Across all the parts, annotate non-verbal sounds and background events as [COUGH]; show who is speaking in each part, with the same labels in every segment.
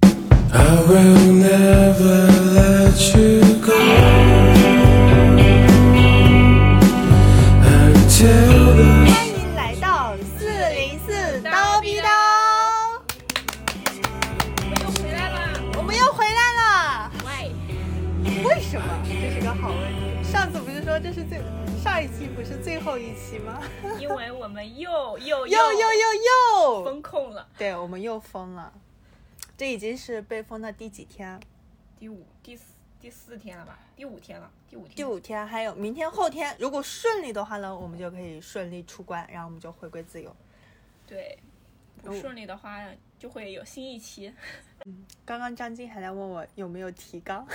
Speaker 1: I will never let you go until the
Speaker 2: 欢迎来到四零四刀逼刀，
Speaker 3: 又回来了，
Speaker 2: 我们又回来了。
Speaker 3: 喂，
Speaker 2: 为什么？这是个好问题。上次不是说这是最上一期不是最后一期吗？
Speaker 3: 因为我们又又
Speaker 2: [LAUGHS] 又又又又，
Speaker 3: 风控了，
Speaker 2: [LAUGHS] 对我们又封了。这已经是被封的第几天？
Speaker 3: 第五、第四、第四天了吧？第五天了，第五天，
Speaker 2: 第五天，还有明天、后天，如果顺利的话呢，我们就可以顺利出关，然后我们就回归自由。
Speaker 3: 对，不顺利的话就会有新一期。
Speaker 2: 刚刚张晶还来问我有没有提纲，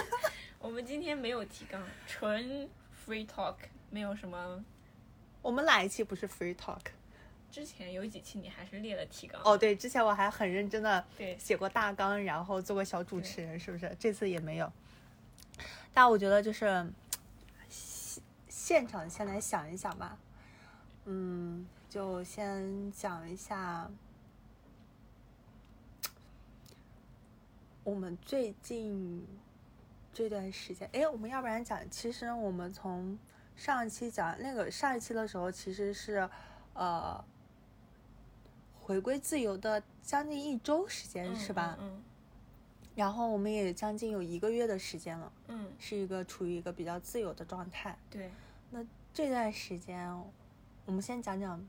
Speaker 2: [LAUGHS]
Speaker 3: 我们今天没有提纲，纯 free talk，没有什么。
Speaker 2: 我们哪一期不是 free talk？
Speaker 3: 之前有几期你还是列了提纲，
Speaker 2: 哦，对，之前我还很认真的
Speaker 3: 对
Speaker 2: 写过大纲，然后做过小主持人，是不是？这次也没有。但我觉得就是嗯现现场先来想一想吧，嗯，就先讲一下我们最近这段时间。哎，我们要不然讲，其实我们从上一期讲那个上一期的时候，其实是呃回归自由的将近一周时间，
Speaker 3: 嗯
Speaker 2: 是吧？
Speaker 3: 嗯
Speaker 2: 然后我们也将近有一个月的时间了，
Speaker 3: 嗯嗯，
Speaker 2: 是一个处于一个比较自由的状态。
Speaker 3: 对，
Speaker 2: 这段时间，我们先讲讲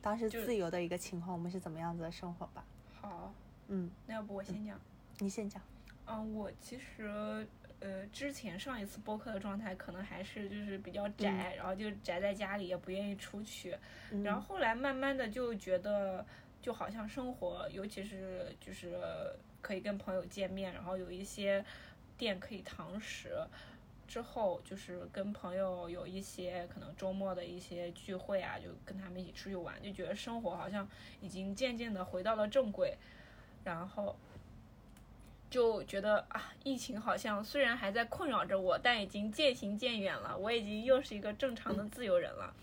Speaker 2: 当时
Speaker 3: 就是
Speaker 2: 自由的一个情况，我们是怎么样子的生活吧。
Speaker 3: 好，
Speaker 2: 嗯，
Speaker 3: 那要不我先讲。
Speaker 2: 你先讲。
Speaker 3: 嗯，我其实呃，之前上一次播客的状态可能还是就是比较宅，然后就宅在家里，也不愿意出去。
Speaker 2: 嗯、
Speaker 3: 然后后来慢慢的就觉得，就好像生活，尤其是就是可以跟朋友见面，然后有一些店可以堂食。之后就是跟朋友有一些可能周末的一些聚会啊，就跟他们一起出去玩，就觉得生活好像已经渐渐的回到了正轨，然后就觉得啊，疫情好像虽然还在困扰着我，但已经渐行渐远了，我已经又是一个正常的自由人了。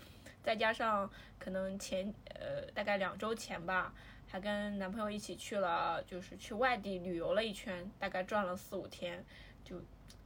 Speaker 3: 再加上可能前呃大概两周前吧，还跟男朋友一起去了，就是去外地旅游了一圈，大概转了四五天，就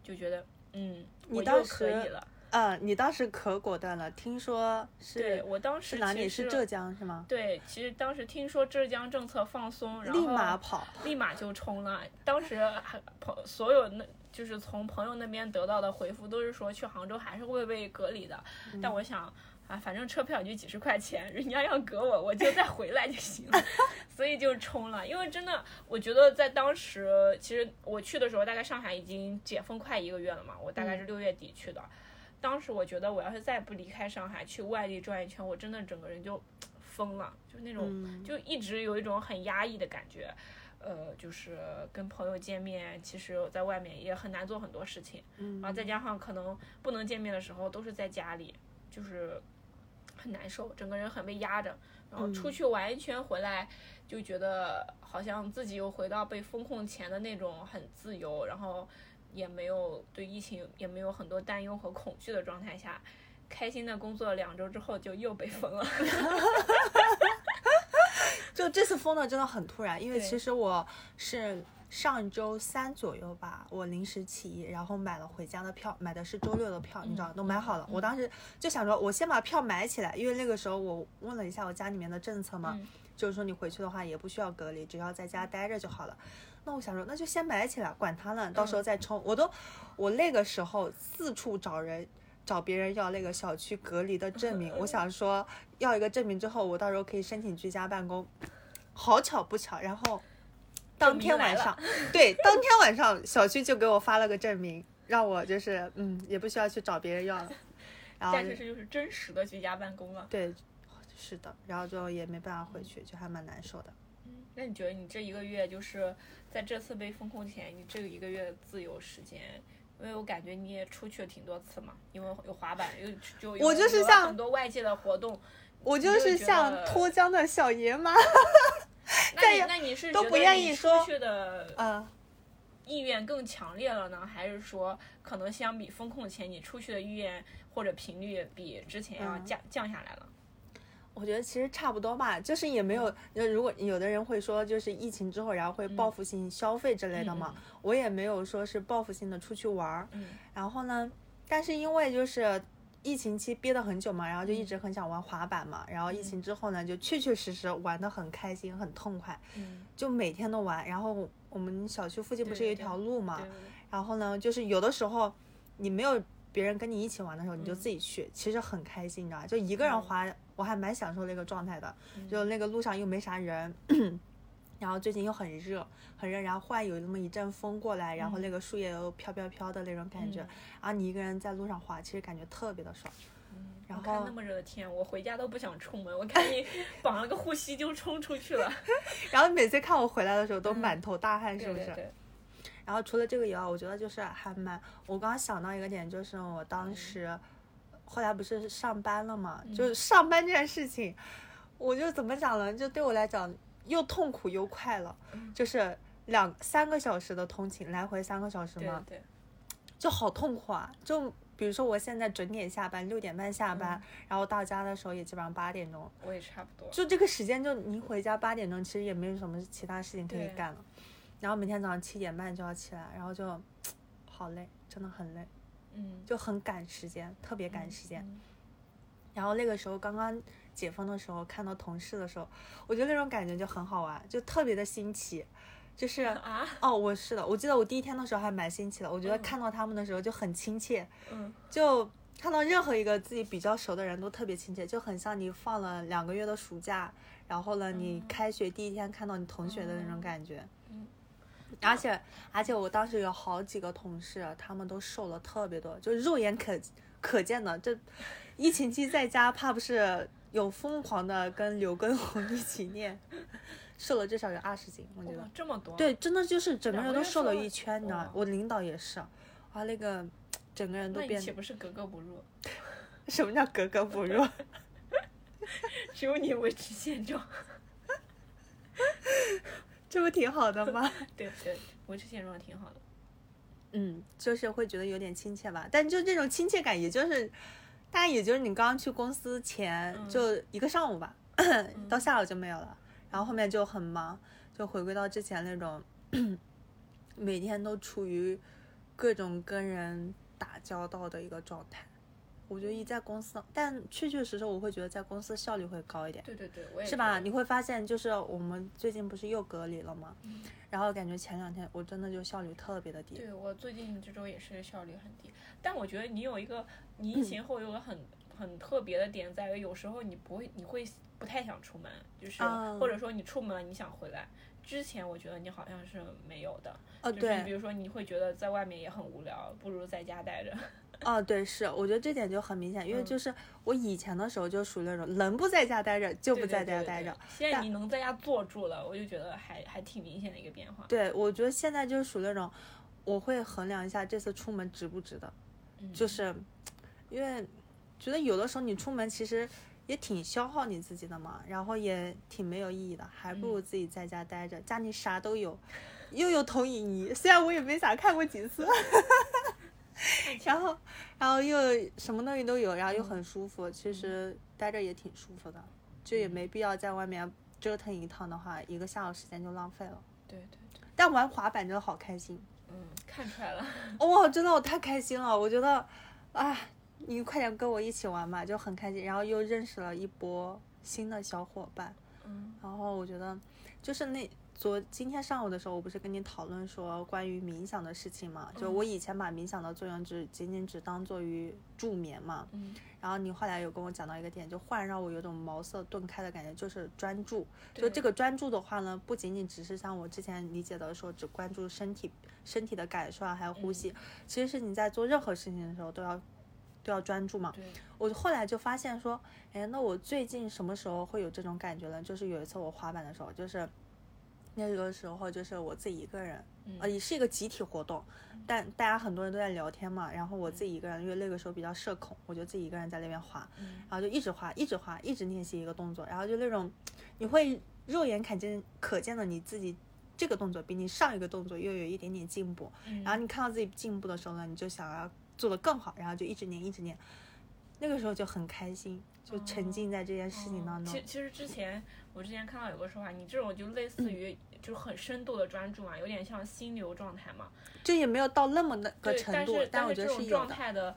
Speaker 3: 就觉得嗯，
Speaker 2: 你
Speaker 3: 我又
Speaker 2: 当
Speaker 3: 可以
Speaker 2: 时
Speaker 3: 了。
Speaker 2: 呃，你当时可果断了，听说
Speaker 3: 对
Speaker 2: 是
Speaker 3: 我当时
Speaker 2: 是哪
Speaker 3: 其
Speaker 2: 里？
Speaker 3: 实
Speaker 2: 是浙江是吗？
Speaker 3: 对，其实当时听说浙江政策放松，然后
Speaker 2: 立马跑。
Speaker 3: 立马就冲了。当时还朋所有那就是从朋友那边得到的回复都是说去杭州还是会被隔离的，但我想。啊，反正车票也就几十块钱，人家要隔我，我就再回来就行了， [LAUGHS] 所以就冲了。因为真的，我觉得在当时，其实我去的时候，大概上海已经解封快一个月了嘛，我大概是六月底去的。当时我觉得，我要是再不离开上海，去外地转一圈，我真的整个人就疯了，就是那种、就一直有一种很压抑的感觉。呃，就是跟朋友见面，其实我在外面也很难做很多事情，然后再加上可能不能见面的时候都是在家里，就是很难受，整个人很被压着。然后出去玩一圈回来，就觉得好像自己又回到被风控前的那种很自由，然后也没有对疫情也没有很多担忧和恐惧的状态下，开心的工作了两周之后就又被封了。 [LAUGHS]
Speaker 2: 就这次封的真的很突然，因为
Speaker 3: 对
Speaker 2: 其实我是上周三左右吧，我临时起意，然后买了回家的票，买的是周六的票，你知道，
Speaker 3: 嗯
Speaker 2: 都买好了。我当时就想着，我先把票买起来，因为那个时候我问了一下我家里面的政策嘛，
Speaker 3: 嗯
Speaker 2: 就是说你回去的话也不需要隔离，只要在家待着就好了。那我想说，那就先买起来，管它呢，到时
Speaker 3: 嗯
Speaker 2: 候再冲。我都，我那个时候四处找人。找别人要那个小区隔离的证
Speaker 3: [LAUGHS]
Speaker 2: 明，我想说要一个证明之后，我到时候可以申请居家办公。好巧不巧，然后当天晚上，对，当天晚上小区就给我发了个证明，让我就是嗯，也不需要去找别人要了。然后
Speaker 3: [LAUGHS] 但是这就是真实的居家办公了。
Speaker 2: 对，是的，然后就也没办法回去，就还蛮难受的。
Speaker 3: 那你觉得你这一个月就是在这次被封控前，你这一个月自由时间？因为我感觉你也出去了挺多次嘛，因为有滑板，又就有
Speaker 2: 我就是
Speaker 3: 有
Speaker 2: 像
Speaker 3: 很多外界的活动。
Speaker 2: 我就是像脱缰的小野
Speaker 3: [LAUGHS]
Speaker 2: 马，
Speaker 3: 那你那你是
Speaker 2: 都
Speaker 3: 觉
Speaker 2: 不
Speaker 3: 得
Speaker 2: 愿
Speaker 3: 你
Speaker 2: 意
Speaker 3: 出
Speaker 2: 说
Speaker 3: 去的
Speaker 2: 呃，
Speaker 3: 意愿更强烈了呢，还是说可能相比风控前你出去的意愿或者频率比之前要
Speaker 2: 嗯
Speaker 3: 降、降下来了？
Speaker 2: 我我觉得其实差不多吧，就是也没
Speaker 3: 嗯
Speaker 2: 有，那如果有的人会说，就是疫情之后，然后会报复性消费之类的嘛，我也没有说是报复性的出去玩儿。
Speaker 3: 嗯
Speaker 2: 然后呢，但是因为就是疫情期憋了很久嘛，然后就
Speaker 3: 嗯
Speaker 2: 一直很想玩滑板嘛，然后疫情之后呢，就确确实实玩的很开心，很痛快，
Speaker 3: 嗯，
Speaker 2: 就每天都玩。然后我们小区附近不是
Speaker 3: 对
Speaker 2: 有一
Speaker 3: 对
Speaker 2: 条路嘛，
Speaker 3: 对对
Speaker 2: 然后呢，就是有的时候你没有别人跟你一起玩的时候，你就自己去，其实很开心，你知道吧？就一个人
Speaker 3: 嗯
Speaker 2: 滑，我还蛮享受那个状态的。
Speaker 3: 嗯
Speaker 2: 就那个路上又没啥人， [COUGHS] 然后最近又很热，很热，然后忽然有那么一阵风过来，然后那个树叶又飘飘飘的那种感觉，
Speaker 3: 嗯
Speaker 2: 然后你一个人在路上滑，其实感觉特别的爽。然
Speaker 3: 我看
Speaker 2: 后
Speaker 3: 那，么热的天，我回家都不想出门。我看
Speaker 2: [LAUGHS]
Speaker 3: 你绑了个护膝就冲出去了，
Speaker 2: 然后每次看我回来的时候都满头大汗，
Speaker 3: 嗯对
Speaker 2: 是不是？
Speaker 3: 对对
Speaker 2: 然后除了这个以外，我觉得就是还蛮……我刚刚想到一个点，就是我
Speaker 3: 嗯
Speaker 2: 当时、后来不是上班了嘛，就是上班这件事情，我就怎么讲呢？就对我来讲又痛苦又快乐，
Speaker 3: 嗯
Speaker 2: 就是两三个小时的通勤，来回三个小时
Speaker 3: 对
Speaker 2: 嘛，
Speaker 3: 对，
Speaker 2: 就好痛苦啊！就比如说我现在准点下班，六点半下
Speaker 3: 嗯
Speaker 2: 班，然后到家的时候也基本上八点钟，
Speaker 3: 我也差不多。
Speaker 2: 就这个时间，就你回家八点钟，其实也没有什么其他事情可以
Speaker 3: 对
Speaker 2: 干了。然后每天早上七点半就要起来，然后就好累，真的很累，
Speaker 3: 嗯，
Speaker 2: 就很赶时间，特别赶
Speaker 3: 嗯
Speaker 2: 时间。
Speaker 3: 嗯
Speaker 2: 然后那个时候刚刚解封的时候，看到同事的时候，我觉得那种感觉就很好玩，就特别的新奇。就是
Speaker 3: 啊，
Speaker 2: 哦，我是的，我记得我第一天的时候还蛮新奇的，我觉得
Speaker 3: 嗯
Speaker 2: 看到他们的时候就很亲切，
Speaker 3: 嗯
Speaker 2: 就看到任何一个自己比较熟的人都特别亲切，就很像你放了两个月的暑假，然后呢，你开学第一天看到你同学的那种感觉。
Speaker 3: 嗯
Speaker 2: 而且而且我当时有好几个同事，他们都瘦了特别多，就肉眼可可见的。这疫情期在家，怕不是有疯狂的跟刘畊宏一起练，瘦了至少有二十斤，我觉
Speaker 3: [LAUGHS]
Speaker 2: 得
Speaker 3: 哇。，这么多，啊
Speaker 2: 对，真的就是整个
Speaker 3: 两
Speaker 2: 人
Speaker 3: 个
Speaker 2: 都
Speaker 3: 月
Speaker 2: 瘦了
Speaker 3: 瘦了
Speaker 2: 一圈，你知道吗
Speaker 3: 哇
Speaker 2: 我领导也是，哇，那个整个人都
Speaker 3: 那你
Speaker 2: 变
Speaker 3: 岂不是格格不入？ [LAUGHS]
Speaker 2: 什么叫格格不入？ [LAUGHS]
Speaker 3: 只有你维持现状。 [LAUGHS]
Speaker 2: 这不挺好的吗？
Speaker 3: 对对，维持现状挺好的。
Speaker 2: 嗯，就是会觉得有点亲切吧，但就这种亲切感，也就是大概也就是你刚刚去公司前
Speaker 3: 嗯
Speaker 2: 就一个上午吧，到下午就没有了，然后后面就很忙，就回归到之前那种每天都处于各种跟人打交道的一个状态。我觉得一在公司，但确确实实我会觉得在公司效率会高一点。
Speaker 3: 对对对，我也
Speaker 2: 是啊吧？你会发现，就是我们最近不是又隔离了吗？
Speaker 3: 嗯
Speaker 2: 然后感觉前两天我真的就效率特别的低。
Speaker 3: 对我最近这周也是效率很低，但我觉得你有一个，你疫情后有个很、很特别的点在于，有时候你不会，你会不太想出门，就是、
Speaker 2: 啊
Speaker 3: 或者说你出门你想回来。之前我觉得你好像是没有的，
Speaker 2: 哦，
Speaker 3: 就是你比
Speaker 2: 对，
Speaker 3: 如说你会觉得在外面也很无聊，不如在家待着。
Speaker 2: 哦，对，是，我觉得这点就很明显，因为
Speaker 3: 嗯
Speaker 2: 就是我以前的时候就属于那种能不在家待着就不
Speaker 3: 对
Speaker 2: 在
Speaker 3: 对
Speaker 2: 家
Speaker 3: 对
Speaker 2: 待
Speaker 3: 对
Speaker 2: 着。
Speaker 3: 现在
Speaker 2: 但
Speaker 3: 你能在家坐住了，我就觉得还还挺明显的一个变化。
Speaker 2: 对，我觉得现在就是属于那种，我会衡量一下这次出门值不值得，
Speaker 3: 嗯
Speaker 2: 就是因为觉得有的时候你出门其实也挺消耗你自己的嘛，然后也挺没有意义的，还不如自己在家待着，家里啥都有，又有投影仪，虽然我也没咋看过几次， [LAUGHS] 然后然后又什么东西都有，然后又很舒服，其实待着也挺舒服的，就也没必要在外面折腾一趟的话，一个下午时间就浪费了。
Speaker 3: 对对对，
Speaker 2: 但玩滑板真的好开心，
Speaker 3: 嗯，看出来了。
Speaker 2: 哦，真的我太开心了，我觉得，啊，你快点跟我一起玩嘛，就很开心。然后又认识了一波新的小伙伴，
Speaker 3: 嗯
Speaker 2: 然后我觉得，就是那昨今天上午的时候，我不是跟你讨论说关于冥想的事情嘛？就我以前把冥想的作用只仅仅只当做于助眠嘛，
Speaker 3: 嗯，
Speaker 2: 然后你后来有跟我讲到一个点，就忽然让我有种茅塞顿开的感觉，就是专注。就
Speaker 3: 对
Speaker 2: 这个专注的话呢，不仅仅只是像我之前理解的说，只关注身体、身体的感受啊，还有呼吸，
Speaker 3: 嗯
Speaker 2: 其实是你在做任何事情的时候都要都要专注嘛。
Speaker 3: 对，
Speaker 2: 我后来就发现说，哎，那我最近什么时候会有这种感觉呢？就是有一次我滑板的时候，就是那个时候就是我自己一个人，
Speaker 3: 嗯
Speaker 2: 呃，也是一个集体活动，但大家很多人都在聊天嘛，然后我自己一个人，因为那个时候比较社恐，我就自己一个人在那边滑，
Speaker 3: 嗯
Speaker 2: 然后就一直滑，一直滑，一直练习一个动作，然后就那种你会肉眼看见可见的你自己。这个动作比你上一个动作又有一点点进步，
Speaker 3: 嗯
Speaker 2: 然后你看到自己进步的时候呢，你就想要做得更好，然后就一直练，一直练。那个时候就很开心，就沉浸在这件事情当中
Speaker 3: 哦嗯其。其实之前我之前看到有个说法，你这种就类似
Speaker 2: 嗯
Speaker 3: 于就是很深度的专注嘛，有点像心流状态嘛。
Speaker 2: 这也没有到那么那个
Speaker 3: 对，
Speaker 2: 程
Speaker 3: 但
Speaker 2: 度
Speaker 3: 是，
Speaker 2: 但我
Speaker 3: 是
Speaker 2: 觉
Speaker 3: 这
Speaker 2: 得
Speaker 3: 种
Speaker 2: 有
Speaker 3: 状
Speaker 2: 的。
Speaker 3: 态的。呃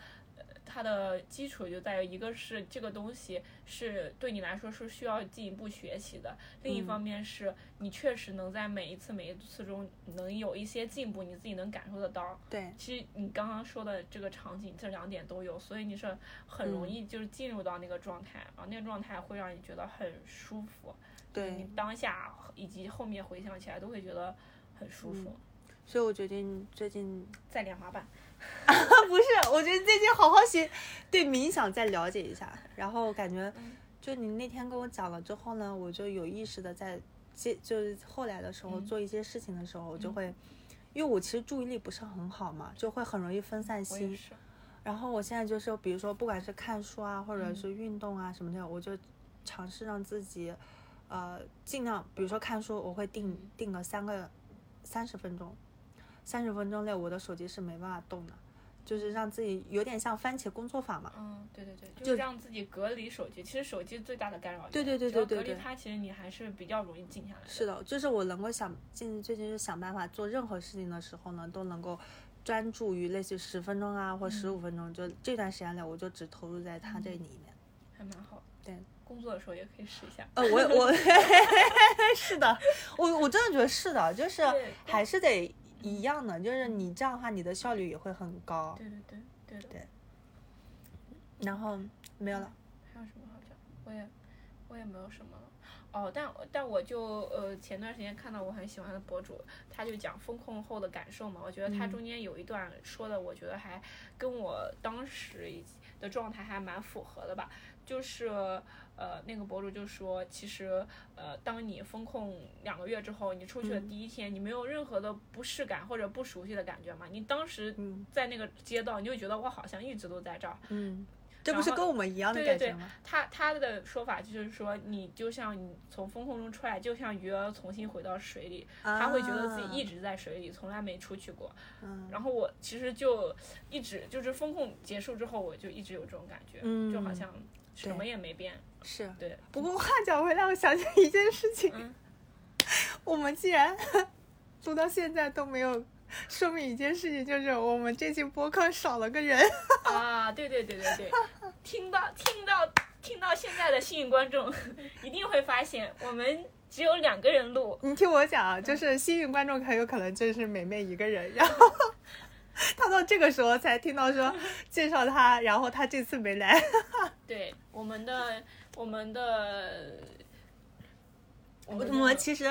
Speaker 3: 它的基础就在于，一个是这个东西是对你来说是需要进一步学习的，另一
Speaker 2: 嗯
Speaker 3: 方面是你确实能在每一次每一次中能有一些进步，你自己能感受得到。
Speaker 2: 对，
Speaker 3: 其实你刚刚说的这个场景，这两点都有，所以你是很
Speaker 2: 嗯
Speaker 3: 容易就是进入到那个状态，然后那个状态会让你觉得很舒服，你
Speaker 2: 对，
Speaker 3: 当下以及后面回想起来都会觉得很舒服。
Speaker 2: 所以我决定最近
Speaker 3: 再练滑板，
Speaker 2: 不是，我觉得最近好好学对冥想再了解一下，然后感觉
Speaker 3: 嗯
Speaker 2: 就你那天跟我讲了之后呢，我就有意识的在接，就是后来的时候
Speaker 3: 嗯
Speaker 2: 做一些事情的时候，我就
Speaker 3: 嗯
Speaker 2: 会，因为我其实注意力不是很好嘛，就会很容易分散
Speaker 3: 我也
Speaker 2: 心。
Speaker 3: 是。
Speaker 2: 然后我现在就是，比如说不管是看书啊，或者
Speaker 3: 嗯
Speaker 2: 是运动啊什么的，我就尝试让自己，呃，尽量，比如说看书，我会定
Speaker 3: 嗯
Speaker 2: 定个三个三十分钟，三十分钟内我的手机是没办法动的，就是让自己有点像番茄工作法嘛。
Speaker 3: 嗯，对对对，就
Speaker 2: 就是
Speaker 3: 让自己隔离手机。其实手机最大的干扰源，
Speaker 2: 对对对
Speaker 3: 只要
Speaker 2: 对对
Speaker 3: 隔离
Speaker 2: 对
Speaker 3: 它，其实你还是比较容易静下来的。
Speaker 2: 是的，就是我能够想近最近是想办法做任何事情的时候呢，都能够专注于类似于十分钟啊或十五分钟，就这段时间内我就只投入在它这里面。
Speaker 3: 还蛮好。
Speaker 2: 对，
Speaker 3: 工作的时候也可以试一下。
Speaker 2: 呃，我
Speaker 3: [LAUGHS]
Speaker 2: 我是的，我我真的觉得是的，就是
Speaker 3: 对
Speaker 2: 还是得一样的，就是你这样的话，你的效率也会很高。
Speaker 3: 对对对对的。
Speaker 2: 对然后没有了，
Speaker 3: 还有什么好讲？我也我也没有什么了。哦，但但我就呃前段时间看到我很喜欢的博主，他就讲风控后的感受嘛，我觉得他
Speaker 2: 嗯
Speaker 3: 中间有一段说的，我觉得还跟我当时以及的状态还蛮符合的吧。就是呃那个博主就说，其实呃当你风控两个月之后，你出去的
Speaker 2: 嗯
Speaker 3: 第一天，你没有任何的不适感或者不熟悉的感觉嘛，你当时
Speaker 2: 嗯
Speaker 3: 在那个街道，你就觉得我好像一直都在这儿。
Speaker 2: 嗯，这不是
Speaker 3: 然后
Speaker 2: 跟我们一样的
Speaker 3: 对
Speaker 2: 感
Speaker 3: 对
Speaker 2: 觉吗？
Speaker 3: 他他的说法就是说，你就像你从风控中出来，就像鱼儿重新回到水里，他会觉得自己一
Speaker 2: 直，
Speaker 3: 直在水里，从来没出去过。
Speaker 2: 啊嗯
Speaker 3: 然后我其实就一直就是风控结束之后，我就一直有这种感觉，
Speaker 2: 嗯
Speaker 3: 就好像什么
Speaker 2: 对
Speaker 3: 也没变。
Speaker 2: 是。
Speaker 3: 对，
Speaker 2: 不过话讲回来，我想起一件事情，
Speaker 3: 嗯
Speaker 2: 我们既然录到现在都没有。说明一件事情，就是我们这期播客少了个人。
Speaker 3: 啊，对对对对对，
Speaker 2: [LAUGHS]
Speaker 3: 听到听到听到现在的幸运观众，一定会发现我们只有两个人录。
Speaker 2: 你听我讲啊，就是幸运观众很有可能就是梅梅一个人，然后他到这个时候才听到说介绍他，然后他这次没来。
Speaker 3: 对，我们的我们的。我
Speaker 2: 我
Speaker 3: 们的
Speaker 2: 们其实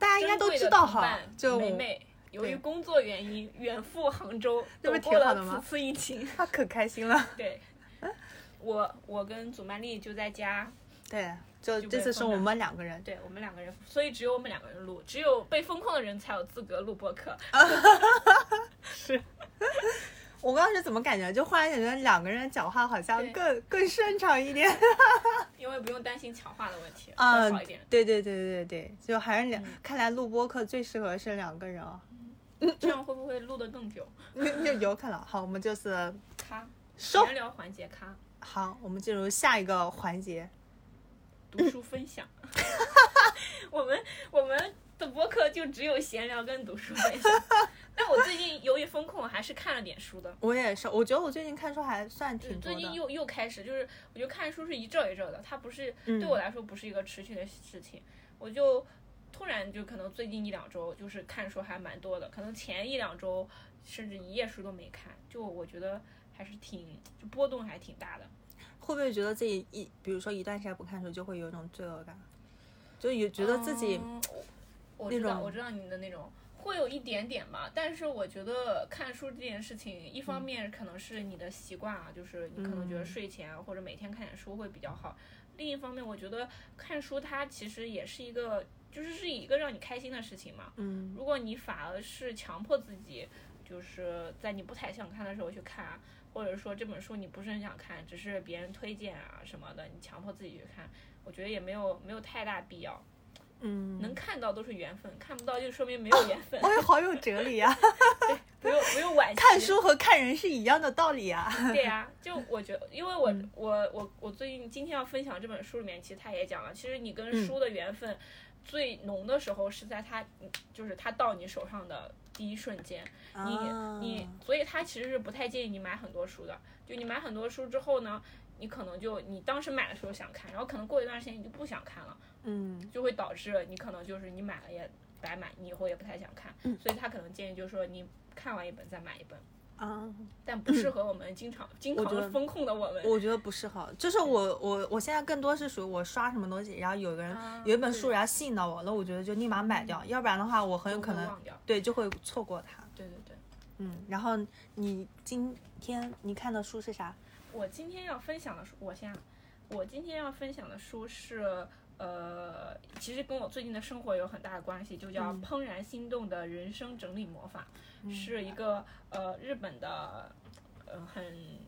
Speaker 2: 大家应该都知道哈，就
Speaker 3: 梅梅由于
Speaker 2: 对
Speaker 3: 工作原因远赴杭
Speaker 2: [LAUGHS]
Speaker 3: 州，
Speaker 2: 这
Speaker 3: 躲
Speaker 2: 不
Speaker 3: 过
Speaker 2: 挺好的
Speaker 3: 了
Speaker 2: 吗
Speaker 3: 此次疫情。
Speaker 2: 他可开心了。
Speaker 3: [LAUGHS] 对，我我跟祖曼丽就在家，
Speaker 2: 对，就
Speaker 3: 就被
Speaker 2: 这次是
Speaker 3: 封了
Speaker 2: 我们两个人。
Speaker 3: 对我们两个人，所以只有我们两个人录，只有被封控的人才有资格录播客。
Speaker 2: 啊我刚刚是怎么感觉？就忽然感觉两个人讲话好像
Speaker 3: 对
Speaker 2: 更更顺畅一点。
Speaker 3: 因为不用担心抢话的问题，
Speaker 2: 啊
Speaker 3: 会好一点。
Speaker 2: 对对对对对，就还是两
Speaker 3: 嗯。
Speaker 2: 看来录播课最适合是两个人啊，
Speaker 3: 这样会不会录得
Speaker 2: [LAUGHS]
Speaker 3: 更久？
Speaker 2: 有 [LAUGHS] 有有可能。好，我们就是
Speaker 3: 咔，
Speaker 2: 收
Speaker 3: 闲聊环节咔，
Speaker 2: 好，我们进入下一个环节。
Speaker 3: 读书
Speaker 2: [LAUGHS]
Speaker 3: 分享。我们我们的播客就只有闲聊跟读书分享。
Speaker 2: [LAUGHS]
Speaker 3: 但我最近由于风控，还是看了点书的。
Speaker 2: 我也是，我觉得我最近看书还算
Speaker 3: 对，
Speaker 2: 挺多
Speaker 3: 呃最近
Speaker 2: 的。
Speaker 3: 又又开始，就是我觉得看书是一阵儿一阵儿的，它不是、
Speaker 2: 嗯
Speaker 3: 对我来说不是一个持续的事情，我就突然就可能最近一两周就是看书还蛮多的，可能前一两周甚至一页书都没看，就我觉得还是挺就波动还挺大的。
Speaker 2: 会不会觉得自己一，比如说一段时间不看书，就会有一种罪恶感，就有觉得自己
Speaker 3: 嗯我
Speaker 2: 那
Speaker 3: 知道
Speaker 2: 种
Speaker 3: 我知道你的那种。会有一点点吧，但是我觉得看书这件事情，一方面可能是你的习惯啊，就是你可能觉得
Speaker 2: 嗯
Speaker 3: 睡前啊或者每天看点书会比较好。另一方面，我觉得看书它其实也是一个，就是是一个让你开心的事情嘛。
Speaker 2: 嗯
Speaker 3: 如果你反而是强迫自己，就是在你不太想看的时候去看，啊或者说这本书你不是很想看，只是别人推荐啊什么的，你强迫自己去看，我觉得也没有没有太大必要。
Speaker 2: 嗯，
Speaker 3: 能看到都是缘分，看不到就说明没有缘分，
Speaker 2: 哎，好有哲理啊！
Speaker 3: 不用不用惋惜。
Speaker 2: 看 [LAUGHS] 书和看人是一样的道理啊。
Speaker 3: 对呀、就我觉得，因为我、
Speaker 2: 嗯
Speaker 3: 我我我最近今天要分享这本书里面，其实他也讲了，其实你跟
Speaker 2: 嗯
Speaker 3: 书的缘分最浓的时候是在他嗯就是他到你手上的第一瞬间，你、
Speaker 2: 啊
Speaker 3: 你，所以他其实是不太建议你买很多书的，就你买很多书之后呢。你可能就你当时买的时候想看，然后可能过一段时间你就不想看了，
Speaker 2: 嗯
Speaker 3: 就会导致你可能就是你买了也白买，你以后也不太想看。
Speaker 2: 嗯
Speaker 3: 所以他可能建议就是说你看完一本再买一本，
Speaker 2: 啊，
Speaker 3: 但不适合我们经常经
Speaker 2: 我
Speaker 3: 常
Speaker 2: 觉得
Speaker 3: 风控的我们。
Speaker 2: 我觉得不是好，就是我我我现在更多是属于我刷什么东西，然后有个人
Speaker 3: 啊
Speaker 2: 有一本
Speaker 3: 对
Speaker 2: 书，然后吸引到我了，我觉得就立马买掉，要不然的话我很有
Speaker 3: 都
Speaker 2: 可
Speaker 3: 会
Speaker 2: 能
Speaker 3: 忘掉。
Speaker 2: 对就会错过它。
Speaker 3: 对对对，
Speaker 2: 嗯，然后你今天你看的书是啥？
Speaker 3: 我今天要分享的书，我先啊，我今天要分享的书是。呃，其实跟我最近的生活有很大的关系，就叫《
Speaker 2: 嗯
Speaker 3: 怦然心动的人生整理魔法》，是一个呃日本的，呃很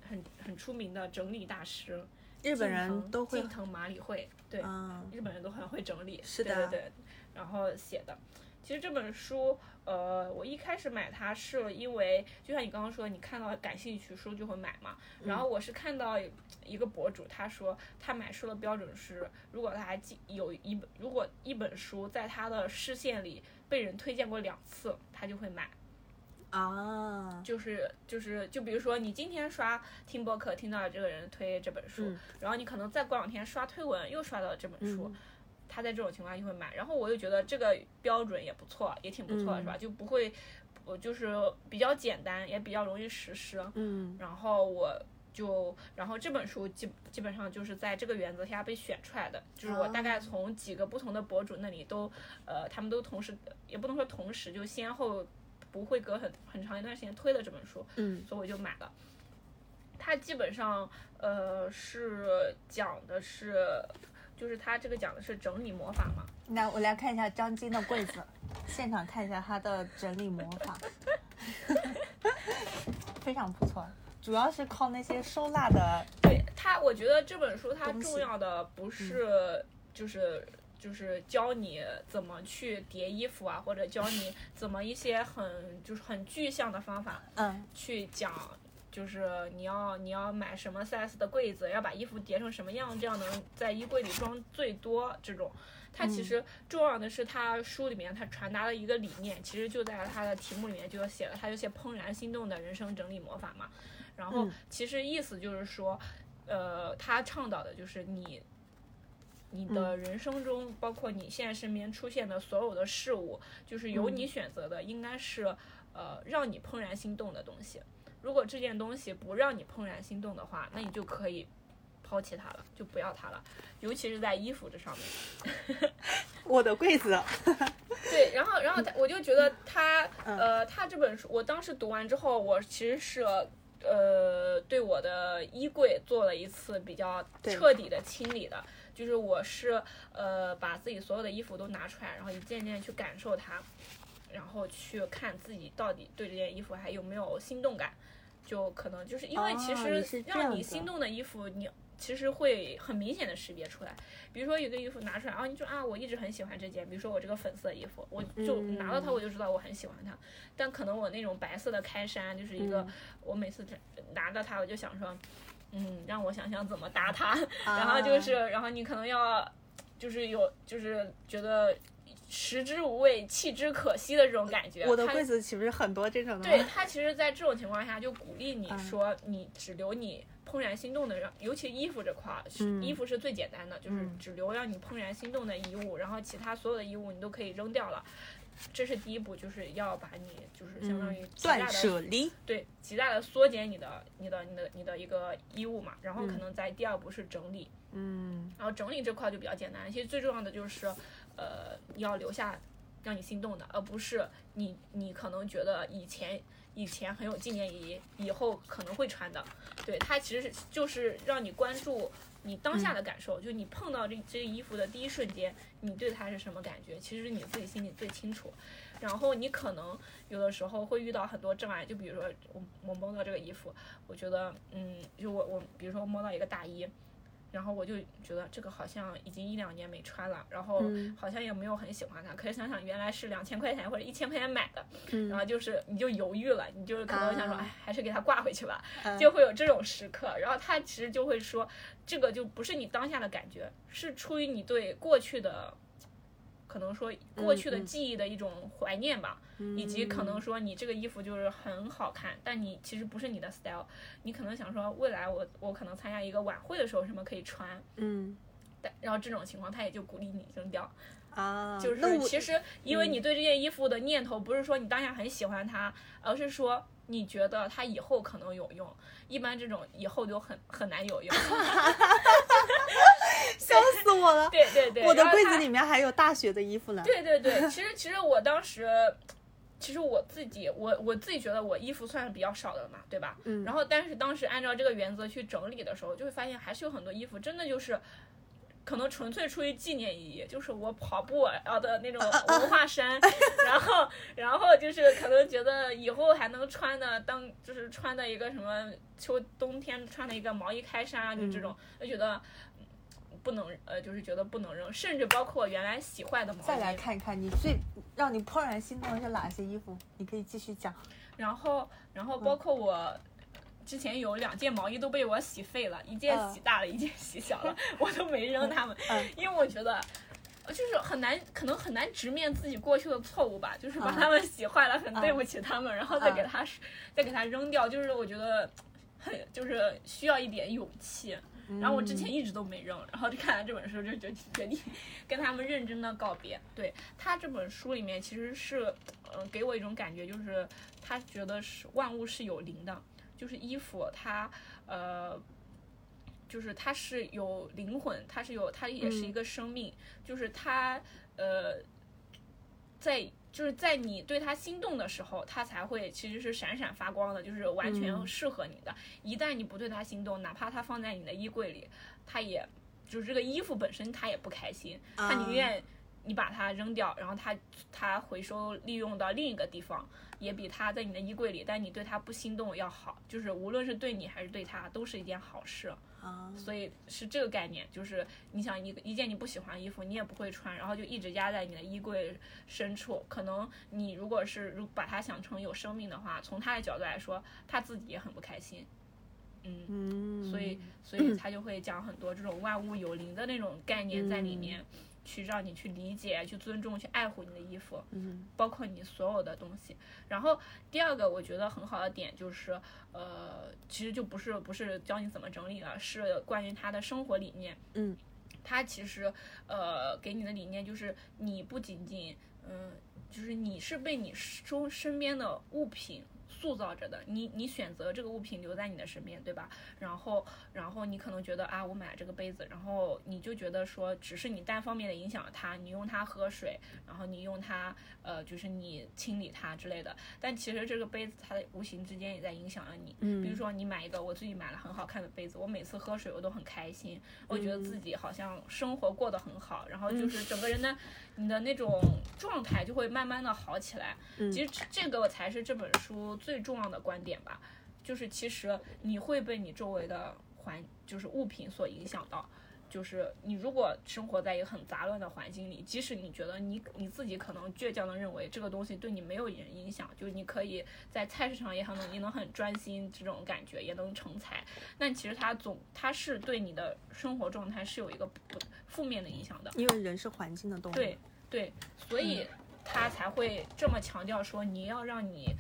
Speaker 3: 很很出名的整理大师，
Speaker 2: 日本
Speaker 3: 近
Speaker 2: 人
Speaker 3: 藤
Speaker 2: 都会
Speaker 3: 近，藤麻里惠，对，
Speaker 2: 嗯
Speaker 3: 日本人都很会整理，
Speaker 2: 是
Speaker 3: 对
Speaker 2: 的
Speaker 3: 对对，然后写的。其实这本书，呃，我一开始买它是因为，就像你刚刚说，你看到感兴趣书就会买嘛。
Speaker 2: 嗯
Speaker 3: 然后我是看到一个博主，他说他买书的标准是，如果他记有一本，如果一本书在他的视线里被人推荐过两次，他就会买。
Speaker 2: 啊，
Speaker 3: 就是就是，就比如说你今天刷听播客，听到这个人推这本书，
Speaker 2: 嗯
Speaker 3: 然后你可能再过两天刷推文，又刷到这本书，
Speaker 2: 嗯
Speaker 3: 他在这种情况下就会买。然后我就觉得这个标准也不错，也挺不错的，
Speaker 2: 嗯
Speaker 3: 是吧？就不会，我就是比较简单，也比较容易实施。
Speaker 2: 嗯
Speaker 3: 然后我就，然后这本书基基本上就是在这个原则下被选出来的，就是我大概从几个不同的博主那里都，呃，他们都同时，也不能说同时，就先后不会隔很很长一段时间推的这本书，
Speaker 2: 嗯
Speaker 3: 所以我就买了。它基本上，呃，是讲的是，就是它这个讲的是整理魔法嘛，
Speaker 2: 那我来看一下张晶的柜子，现场看一下他的整理魔
Speaker 3: [LAUGHS]
Speaker 2: 法，非常不错，主要是靠那些收纳的，
Speaker 3: 对它，我觉得这本书它
Speaker 2: 东西嗯
Speaker 3: 重要的不是就是就是教你怎么去叠衣服啊，或者教你
Speaker 2: [LAUGHS]
Speaker 3: 怎么一些很就是很具象的方法
Speaker 2: 嗯
Speaker 3: 去讲。就是你要你要买什么 size 的柜子，要把衣服叠成什么样，这样能在衣柜里装最多。这种，它
Speaker 2: 嗯
Speaker 3: 其实重要的是它书里面它传达的一个理念，其实就在它的题目里面就有写了，它就写怦然心动的人生整理魔法嘛。然后
Speaker 2: 嗯
Speaker 3: 其实意思就是说，呃，他倡导的就是你，你的人生中，包括你现在身边出现的所有的事物，就是由你选择的，应该是呃让你怦然心动的东西。如果这件东西不让你怦然心动的话，那你就可以抛弃它了，就不要它了。尤其是在衣服这上面。
Speaker 2: 我的柜子，
Speaker 3: 对，然后然后他我就觉得他
Speaker 2: 嗯
Speaker 3: 呃他这本书，我当时读完之后，我其实是呃对我的衣柜做了一次比较
Speaker 2: 对
Speaker 3: 彻底的清理的，就是我是呃把自己所有的衣服都拿出来，然后一件件去感受它，然后去看自己到底对这件衣服还有没有心动感，就可能就是因为
Speaker 2: 哦
Speaker 3: 其
Speaker 2: 你
Speaker 3: 实
Speaker 2: 是这样
Speaker 3: 让你
Speaker 2: 子
Speaker 3: 心动的衣服，你其实会很明显的识别出来。比如说有个衣服拿出来，啊，你说啊，我一直很喜欢这件，比如说我这个粉色衣服，我就
Speaker 2: 嗯
Speaker 3: 拿到它我就知道我很喜欢它。但可能我那种白色的开衫就是一个，
Speaker 2: 嗯
Speaker 3: 我每次拿到它我就想说，嗯，让我想想怎么搭它。 [LAUGHS] 然
Speaker 2: 然
Speaker 3: 后就是，然后你可能要，就是有，就是觉得食之无味，弃之可惜的这种感觉。
Speaker 2: 我的
Speaker 3: 它
Speaker 2: 柜子岂不是很多这种的
Speaker 3: 对
Speaker 2: 吗？
Speaker 3: 他其实，在这种情况下，就鼓励你
Speaker 2: 嗯
Speaker 3: 说，你只留你怦然心动的，让尤其衣服这块儿，是
Speaker 2: 嗯
Speaker 3: 衣服是最简单的，就是
Speaker 2: 嗯
Speaker 3: 只留让你怦然心动的衣物，然后其他所有的衣物你都可以扔掉了。这是第一步，就是要把你就是相当于极大
Speaker 2: 嗯断
Speaker 3: 的
Speaker 2: 舍离，
Speaker 3: 对极大的缩减你的你的你的你的一个衣物嘛，然后可
Speaker 2: 嗯
Speaker 3: 能在第二步是整理，
Speaker 2: 嗯
Speaker 3: 然后整理这块就比较简单。其实最重要的就是，呃，要留下让你心动的，而不是你你可能觉得以前以前很有纪念意义，以后可能会穿的。对，它其实是就是让你关注你当下的感受，就你碰到这这个衣服的第一瞬间，你对它是什么感觉，其实你自己心里最清楚。然后你可能有的时候会遇到很多障碍，就比如说我我摸到这个衣服，我觉得嗯，就我我比如说摸到一个大衣，然后我就觉得这个好像已经一两年没穿了，然后
Speaker 2: 嗯
Speaker 3: 好像也没有很喜欢它。可是想想原来是两千块钱或者一千块钱买的，
Speaker 2: 嗯
Speaker 3: 然后就是你就犹豫了，你就是可能想说，
Speaker 2: 啊
Speaker 3: 哎，还是给它挂回去吧，
Speaker 2: 嗯
Speaker 3: 就会有这种时刻。然后他其实就会说，这个就不是你当下的感觉，是出于你对过去的。可能说过去的
Speaker 2: 嗯嗯
Speaker 3: 记忆的一种怀念吧，以及可能说你这个衣服就是很好看，但你其实不是你的 style，你可能想说未来我我可能参加一个晚会的时候什么可以穿，
Speaker 2: 嗯
Speaker 3: 但然后这种情况他也就鼓励你扔掉，
Speaker 2: 啊，
Speaker 3: 就
Speaker 2: 那
Speaker 3: 是
Speaker 2: 我嗯
Speaker 3: 其实因为你对这件衣服的念头不是说你当下很喜欢它，而是说你觉得它以后可能有用，一般这种以后就很很难有用。 [LAUGHS]
Speaker 2: 笑死我了。
Speaker 3: 对对对，
Speaker 2: 我的
Speaker 3: 然后
Speaker 2: 柜
Speaker 3: 它
Speaker 2: 子里面还有大学的衣服呢。
Speaker 3: 对对 [LAUGHS] 对，其实其实我当时，其实我自己我我自己觉得我衣服算是比较少的了嘛，对吧？
Speaker 2: 嗯
Speaker 3: 然后但是当时按照这个原则去整理的时候，就会发现还是有很多衣服真的就是。可能纯粹出于纪念意义，就是我跑步啊的那种文化衫，然后 [LAUGHS] 然后就是可能觉得以后还能穿的当就是穿的一个什么秋冬天穿的一个毛衣开衫啊，就这种就觉得嗯不能呃就是觉得不能扔，甚至包括原来洗坏的毛衣，
Speaker 2: 再来看一看你最让你怦然心动的是哪些衣服，你可以继续讲。
Speaker 3: 然后，然
Speaker 2: 嗯
Speaker 3: 后包括我之前有两件毛衣都被我洗废了，一件
Speaker 2: 嗯
Speaker 3: 洗大了，一件洗小了，我都没扔它们
Speaker 2: 嗯，
Speaker 3: 因为我觉得。呃就是很难，可能很难直面自己过去的错误吧，就是把
Speaker 2: 嗯
Speaker 3: 它们洗坏了，很
Speaker 2: 嗯
Speaker 3: 对不起他们，然后再
Speaker 2: 嗯
Speaker 3: 给它，再给它扔掉，就是我觉得很，就是需要一点勇气。然后我
Speaker 2: 嗯
Speaker 3: 之前一直都没扔，然后就看了这本书，就就决定 [LAUGHS] 跟他们认真的告别。对他这本书里面，其实是，呃，给我一种感觉，就是他觉得是万物是有灵的，就是衣服它，呃，就是它是有灵魂，它是有，它也是一个生命，就是它，呃，在。就是在你对它心动的时候，它才会其实是闪闪发光的，就是完全
Speaker 2: 嗯
Speaker 3: 适合你的。一旦你不对它心动，哪怕它放在你的衣柜里，它也就是这个衣服本身它也不开心，
Speaker 2: 啊嗯
Speaker 3: 它宁愿你把它扔掉，然后它它回收利用到另一个地方，也比它在你的衣柜里，但你对它不心动要好。就是无论是对你还是对它，都是一件好事。
Speaker 2: 啊，
Speaker 3: 所以是这个概念，就是你想一个一件你不喜欢的衣服，你也不会穿，然后就一直压在你的衣柜深处。可能你如果是如把它想成有生命的话，从他的角度来说，他自己也很不开心。嗯，
Speaker 2: 嗯，
Speaker 3: 所以所以他就会讲很多这种万物有灵的那种概念在里面，去让你去理解、去尊重、去爱护你的衣服，
Speaker 2: 嗯
Speaker 3: 包括你所有的东西。然后第二个我觉得很好的点就是，呃，其实就不是不是教你怎么整理了，是关于他的生活理念。
Speaker 2: 嗯，
Speaker 3: 他其实呃给你的理念就是，你不仅仅嗯、就是你是被你周身边的物品。塑造着的，你你选择这个物品留在你的身边，对吧？然后，然后你可能觉得啊，我买了这个杯子，然后你就觉得说，只是你单方面的影响了它，你用它喝水，然后你用它，呃，就是你清理它之类的。但其实这个杯子它无形之间也在影响了你。
Speaker 2: 嗯
Speaker 3: 比如说你买一个，我最近买了很好看的杯子，我每次喝水我都很开心，我觉得自己好像生活过得很好，然后就是整个人的你的那种状态就会慢慢的好起来。其实这这个才是这本书最重要的观点吧，就是其实你会被你周围的环，就是物品所影响到。就是你如果生活在一个很杂乱的环境里，即使你觉得你你自己可能倔强的认为这个东西对你没有影影响，就是你可以在菜市场也很能也能很专心，这种感觉也能成才。但其实它总它是对你的生活状态是有一个不负面的影响的。
Speaker 2: 因为人是环境的动物。嗯
Speaker 3: 对对，所以他才会这么强调说，你要让你，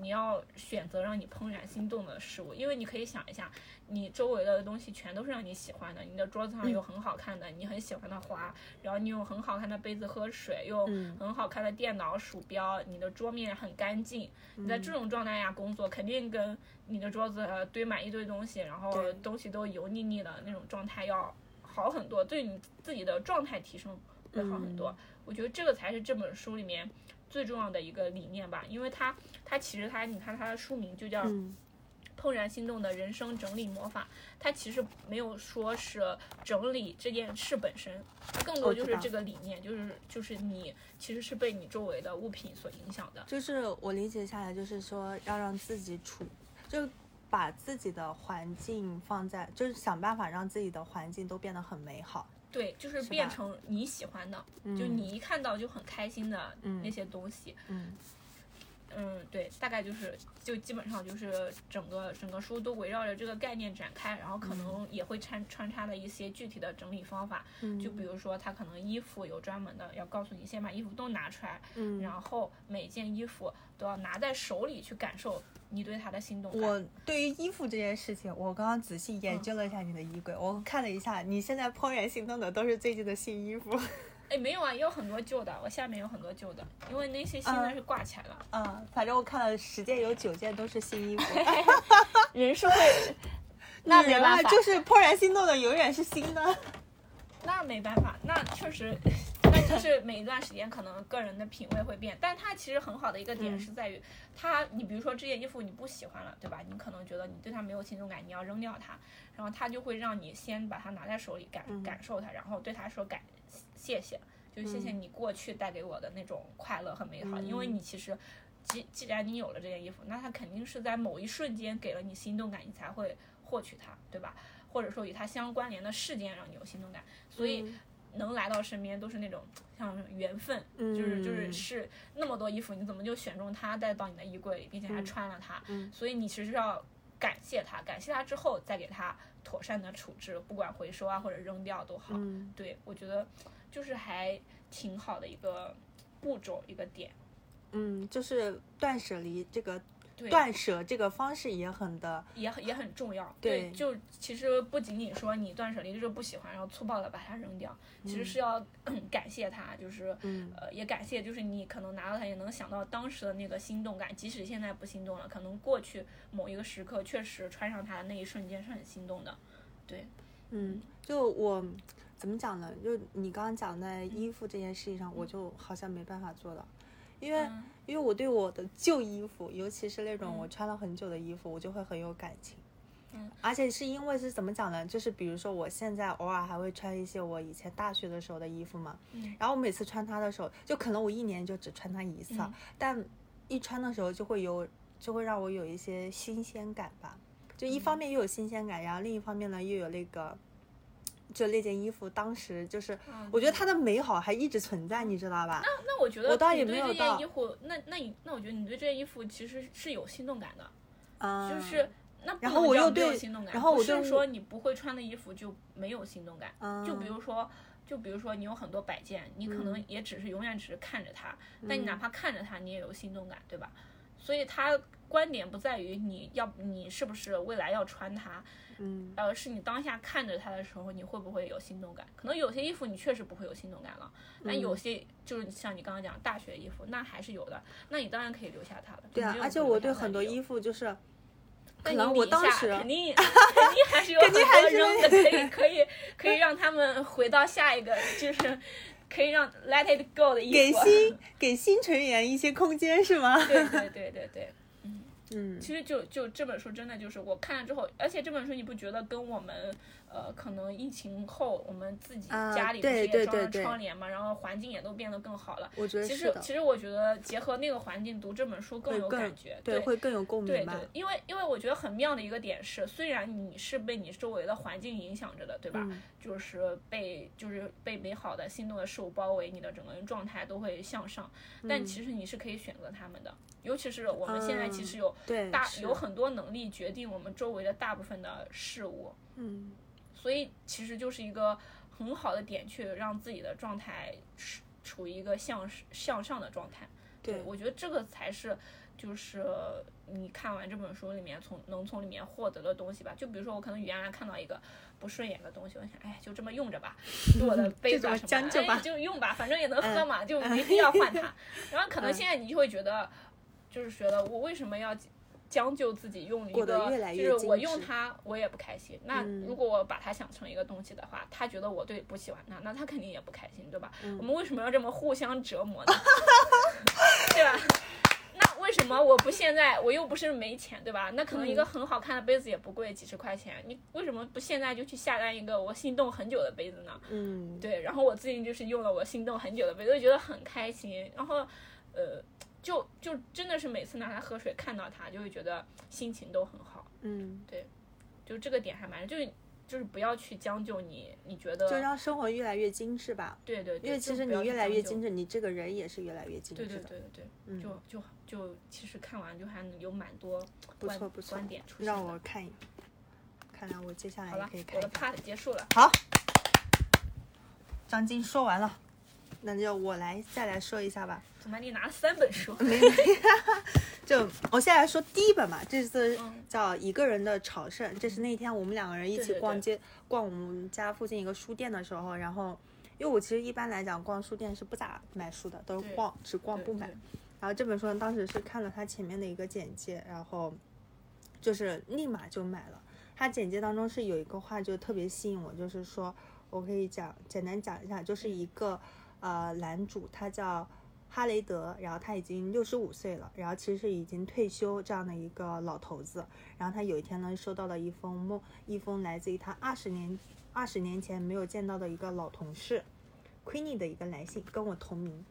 Speaker 3: 你要选择让你怦然心动的事物，因为你可以想一下，你周围的东西全都是让你喜欢的，你的桌子上有
Speaker 2: 嗯
Speaker 3: 很好看的，你很喜欢的花，然后你有很好看的杯子喝水，有
Speaker 2: 嗯
Speaker 3: 很好看的电脑、鼠标，你的桌面很干净，你在
Speaker 2: 嗯
Speaker 3: 这种状态下工作，肯定跟你的桌子堆满一堆东西，然后
Speaker 2: 对
Speaker 3: 东西都油腻腻的那种状态要好很多，对你自己的状态提升会好
Speaker 2: 嗯
Speaker 3: 很多。我觉得这个才是这本书里面最重要的一个理念吧，因为它它其实它你看它的书名就叫
Speaker 2: 嗯
Speaker 3: 怦然心动的人生整理魔法，它其实没有说是整理这件事本身，它更多
Speaker 2: 哦我知
Speaker 3: 就是
Speaker 2: 道
Speaker 3: 这个理念，就是就是你其实是被你周围的物品所影响的。
Speaker 2: 就是我理解下来，就是说要让自己处，就把自己的环境放在，就是想办法让自己的环境都变得很美好。
Speaker 3: 对，就是
Speaker 2: 是
Speaker 3: 变
Speaker 2: 吧
Speaker 3: 成你喜欢的，
Speaker 2: 嗯
Speaker 3: 就你一看到就很开心的
Speaker 2: 嗯
Speaker 3: 那些东西。
Speaker 2: 嗯
Speaker 3: 嗯，对，大概就是就基本上就是整个整个书都围绕着这个概念展开，然后可能也会穿穿插了一些具体的整理方法，
Speaker 2: 嗯
Speaker 3: 就比如说他可能衣服有专门的要告诉你先把衣服都拿出来，
Speaker 2: 嗯，
Speaker 3: 然后每件衣服都要拿在手里去感受你对它的心动感。
Speaker 2: 我对于衣服这件事情，我刚刚仔细研
Speaker 3: 嗯
Speaker 2: 究了一下你的衣柜，我看了一下，你现在怦然心动的都是最近的新衣服。 [LAUGHS]
Speaker 3: 哎，没有啊，也有很多旧的，我下面有很多旧的，因为那些新的
Speaker 2: 嗯
Speaker 3: 是挂起来了。
Speaker 2: 嗯，反正我看了十件有九件都是新衣服。
Speaker 3: 人是会， [LAUGHS] 那没
Speaker 2: 人
Speaker 3: 办
Speaker 2: [LAUGHS] 啊，
Speaker 3: 法，
Speaker 2: 就是怦然心动的永远是新的。
Speaker 3: 那没办法，那确实，那就是每一段时间可能个人的品味会变，但它其实很好的一个点
Speaker 2: 嗯
Speaker 3: 是在于，它你比如说这件衣服你不喜欢了，对吧？你可能觉得你对它没有轻重感，你要扔掉它，然后它就会让你先把它拿在手里感、
Speaker 2: 嗯
Speaker 3: 感受它，然后对它说感谢谢，就谢谢你过去带给我的那种快乐和美好，因为
Speaker 2: 嗯
Speaker 3: 你其实。既既然你有了这件衣服，那它肯定是在某一瞬间给了你心动感，你才会获取它，对吧？或者说与它相关联的事件让你有心动感，所以能来到身边都是那种像缘分，
Speaker 2: 嗯
Speaker 3: 就是就是是那么多衣服，你怎么就选中它带到你的衣柜里，并且还
Speaker 2: 嗯
Speaker 3: 穿了它？
Speaker 2: 嗯
Speaker 3: 所以你其实要感谢它，感谢它之后再给它妥善的处置，不管回收啊或者扔掉都好。
Speaker 2: 嗯，
Speaker 3: 对我觉得就是还挺好的一个步骤一个点。
Speaker 2: 嗯，就是断舍离这个
Speaker 3: 对，
Speaker 2: 断舍这个方式也很的，
Speaker 3: 也很也很重要。
Speaker 2: 对
Speaker 3: 就其实不仅仅说你断舍离就是不喜欢，然后粗暴的把它扔掉，其实是要、 [CLEARS THROAT] 感谢它，就是
Speaker 2: 嗯
Speaker 3: 呃，也感谢，就是你可能拿到它，也能想到当时的那个心动感，即使现在不心动了，可能过去某一个时刻，确实穿上它的那一瞬间是很心动的。对，
Speaker 2: 嗯，就我怎么讲呢？就你刚刚讲在
Speaker 3: 嗯
Speaker 2: 衣服这件事情上，我就好像没办法做到，因为
Speaker 3: 嗯
Speaker 2: 因为我对我的旧衣服，尤其是那种
Speaker 3: 嗯
Speaker 2: 我穿了很久的衣服，我就会很有感情。
Speaker 3: 嗯，
Speaker 2: 而且是因为是怎么讲呢？就是比如说，我现在偶尔还会穿一些我以前大学的时候的衣服嘛。
Speaker 3: 嗯
Speaker 2: 然后我每次穿它的时候，就可能我一年就只穿它一次啊，
Speaker 3: 嗯
Speaker 2: 但一穿的时候就会有，就会让我有一些新鲜感吧。就一
Speaker 3: 嗯
Speaker 2: 方面又有新鲜感，然后另一方面呢又有那个，就那件衣服当时就是，
Speaker 3: 啊
Speaker 2: 我觉得它的美好还一直存在，你知道吧？
Speaker 3: 那那我觉得
Speaker 2: 我倒
Speaker 3: 你
Speaker 2: 也
Speaker 3: 对
Speaker 2: 没有
Speaker 3: 这件
Speaker 2: 到
Speaker 3: 衣服，那那你那我觉得你对这件衣服其实是有心动感的，
Speaker 2: 嗯，
Speaker 3: 啊就是。那不
Speaker 2: 然后
Speaker 3: 能
Speaker 2: 我
Speaker 3: 叫
Speaker 2: 又
Speaker 3: 没有
Speaker 2: 对
Speaker 3: 心动感，
Speaker 2: 然后
Speaker 3: 不
Speaker 2: 我
Speaker 3: 是
Speaker 2: 对
Speaker 3: 说你不会穿的衣服就没有心动感，
Speaker 2: 嗯，
Speaker 3: 就比如说，就比如说你有很多摆件，你可能也只是永远只是看着它，但
Speaker 2: 嗯
Speaker 3: 你哪怕看着它，你也有心动感，对吧？所以它观点不在于你要你是不是未来要穿它，
Speaker 2: 嗯
Speaker 3: 而是你当下看着它的时候，你会不会有心动感？可能有些衣服你确实不会有心动感了，但
Speaker 2: 嗯
Speaker 3: 有些就是像你刚刚讲大学衣服，那还是有的，那你当然可以留下它了。
Speaker 2: 对啊，而且我对很多衣
Speaker 3: 服，
Speaker 2: 服就是，可
Speaker 3: 但
Speaker 2: 能
Speaker 3: 你
Speaker 2: 我
Speaker 3: 理一
Speaker 2: 当
Speaker 3: 下
Speaker 2: 时
Speaker 3: 肯定 [LAUGHS] 肯定还是有很
Speaker 2: 肯定还
Speaker 3: 多
Speaker 2: 是
Speaker 3: 扔的，可以可以可以让他们回到下一个，就是可以让 Let It Go 的
Speaker 2: 给
Speaker 3: 衣服。
Speaker 2: 新给新成员一些空间是吗？
Speaker 3: 对对对对对。
Speaker 2: [LAUGHS] 嗯
Speaker 3: 其实就就这本书真的就是我看了之后，而且这本书你不觉得跟我们呃可能疫情后我们自己
Speaker 2: 啊
Speaker 3: 家里不
Speaker 2: 对
Speaker 3: 是也
Speaker 2: 对
Speaker 3: 装了
Speaker 2: 对对
Speaker 3: 窗帘嘛，然后环境也都变得更好了。
Speaker 2: [LAUGHS] 我觉得
Speaker 3: 其
Speaker 2: 是
Speaker 3: 实
Speaker 2: 的，
Speaker 3: 其实我觉得结合那个环境读这本书更
Speaker 2: 会
Speaker 3: 有
Speaker 2: 更
Speaker 3: 感觉，
Speaker 2: 对，会更有共
Speaker 3: 对
Speaker 2: 鸣吧
Speaker 3: 对。，因为因为我觉得很妙的一个点是，虽然你是被你周围的环境影响着的，对吧？
Speaker 2: 嗯
Speaker 3: 就是被就是被美好的、心动的事物包围，你的整个人状态都会向上。
Speaker 2: 嗯
Speaker 3: 但其实你是可以选择他们的，尤其是我们现在其实有
Speaker 2: 对，
Speaker 3: 大
Speaker 2: 嗯是
Speaker 3: 有很多能力决定我们周围的大部分的事物，
Speaker 2: 嗯
Speaker 3: 所以其实就是一个很好的点，去让自己的状态处处于一个向向上的状态。
Speaker 2: 对
Speaker 3: 我觉得这个才是，就是你看完这本书里面从能从里面获得的东西吧。就比如说我可能原来看到一个不顺眼的东西，我想哎就这么用着吧，
Speaker 2: [LAUGHS]
Speaker 3: 就我的杯子啊
Speaker 2: 么
Speaker 3: 什么
Speaker 2: 将就
Speaker 3: 的，哎
Speaker 2: 吧嗯
Speaker 3: 就用吧，反正也能喝嘛，就没必要换
Speaker 2: [LAUGHS]
Speaker 3: 它。然后可能现在你就会觉得，就是觉得我为什么要将就自己用一
Speaker 2: 过
Speaker 3: 个，
Speaker 2: 得越来越
Speaker 3: 就是我
Speaker 2: 精
Speaker 3: 用
Speaker 2: 致
Speaker 3: 它我也不开心。那
Speaker 2: 嗯
Speaker 3: 如果我把它想成一个东西的话，他觉得我对不喜欢它，那他肯定也不开心，对吧？我们为什么要这么互相折磨呢？ [LAUGHS] 对吧？那为什么我不现在我又不是没钱，对吧？那可能一个很好看的杯子也不贵，几十块钱，你为什么不现在就去下单一个我心动很久的杯子呢？
Speaker 2: 嗯，
Speaker 3: 对，然后我最近就是用了我心动很久的杯子，我觉得很开心。然后，呃，就就真的是每次拿它喝水，看到它就会觉得心情都很好。
Speaker 2: 嗯，
Speaker 3: 就这个点还蛮，就是就是不要去将就你，你觉得
Speaker 2: 就让生活越来越精致吧。
Speaker 3: 对对对，
Speaker 2: 因为其
Speaker 3: 就
Speaker 2: 实
Speaker 3: 不
Speaker 2: 你
Speaker 3: 要去
Speaker 2: 越来越
Speaker 3: 将就
Speaker 2: 精致，你这个人也是越来越精致
Speaker 3: 对对
Speaker 2: 的。
Speaker 3: 对对对，
Speaker 2: 嗯，
Speaker 3: 就就就其实看完就还有蛮多
Speaker 2: 不
Speaker 3: 观
Speaker 2: 错不错
Speaker 3: 观点出现的。
Speaker 2: 让我看一眼，看来我接下来
Speaker 3: 好
Speaker 2: 也
Speaker 3: 了
Speaker 2: 可以，看
Speaker 3: 我
Speaker 2: 一
Speaker 3: 的
Speaker 2: 看。
Speaker 3: part 结束了。
Speaker 2: 张晶说完了，那就我来再来说一下吧。
Speaker 3: 怎么你拿了三本书？ [LAUGHS]
Speaker 2: 就我先来说第一本吧，这次
Speaker 3: 嗯
Speaker 2: 叫《一个人的朝圣》，这是那天我们两个人一起
Speaker 3: 对对
Speaker 2: 逛街，逛我们家附近一个书店的时候，然后因为我其实一般来讲逛书店是不咋买书的，都是
Speaker 3: 对
Speaker 2: 逛只逛
Speaker 3: 对
Speaker 2: 不买。
Speaker 3: 对
Speaker 2: 然后这本书呢，当时是看了它前面的一个简介，然后就是立马就买了。它简介当中是有一个话就特别吸引我，就是说我可以讲简单讲一下，就是一个呃男主，他叫哈雷德，然后他已经六十五岁了，然后其实是已经退休这样的一个老头子。然后他有一天呢，收到了一封梦，一封来自于他二十年二十年前没有见到的一个老同事 Queenie 的一个来信，跟我同名。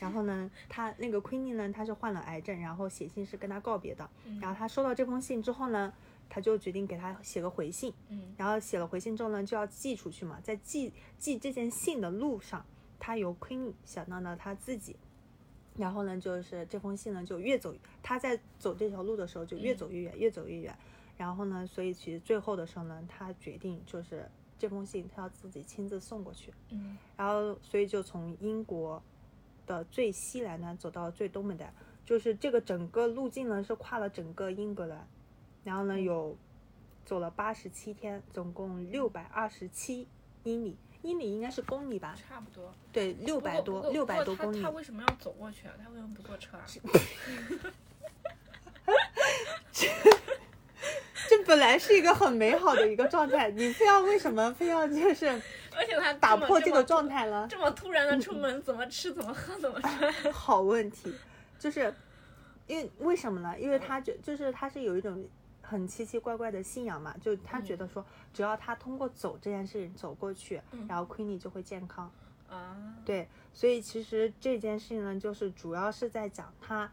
Speaker 2: 然后呢，他那个 Queenie 呢，他是患了癌症，然后写信是跟他告别的。然后他收到这封信之后呢，他就决定给他写个回信。
Speaker 3: 嗯
Speaker 2: 然后写了回信之后呢，就要寄出去嘛，在寄寄这件信的路上，他由 Queenie 想到了他自己，然后呢，就是这封信呢就越走，他在走这条路的时候就越走越远，越走越远，然后呢，所以其实最后的时候呢，他决定就是这封信他要自己亲自送过去，
Speaker 3: 嗯
Speaker 2: 然后所以就从英国的最西南端走到最东北端，就是这个整个路径呢是跨了整个英格兰，然后呢
Speaker 3: 嗯
Speaker 2: 有走了八十七天，总共六百二十七英里，英里应该是公里吧？
Speaker 3: 差不多。
Speaker 2: 对，六
Speaker 3: 不
Speaker 2: 百
Speaker 3: 过
Speaker 2: 多，
Speaker 3: 不
Speaker 2: 六
Speaker 3: 过
Speaker 2: 百
Speaker 3: 不
Speaker 2: 多
Speaker 3: 过
Speaker 2: 公里
Speaker 3: 他他。为什么要走过去啊？他为什么不坐
Speaker 2: [LAUGHS]
Speaker 3: 车啊？
Speaker 2: 这本来是一个很美好的一个状态，你非要为什么非要就是
Speaker 3: 而且他
Speaker 2: 打
Speaker 3: 么
Speaker 2: 破
Speaker 3: 这
Speaker 2: 这
Speaker 3: 么
Speaker 2: 个状态了？
Speaker 3: 这么突然的出门，怎么吃怎么喝怎么
Speaker 2: [LAUGHS]
Speaker 3: 穿？
Speaker 2: 好问题，就是因为为什么呢？因为他觉就是他是有一种很奇奇怪怪的信仰嘛，就他觉得说，只要他通过走这件事情走过去，
Speaker 3: 嗯
Speaker 2: 然后 Queenie 就会健康。
Speaker 3: 啊，
Speaker 2: 对，所以其实这件事情呢，就是主要是在讲他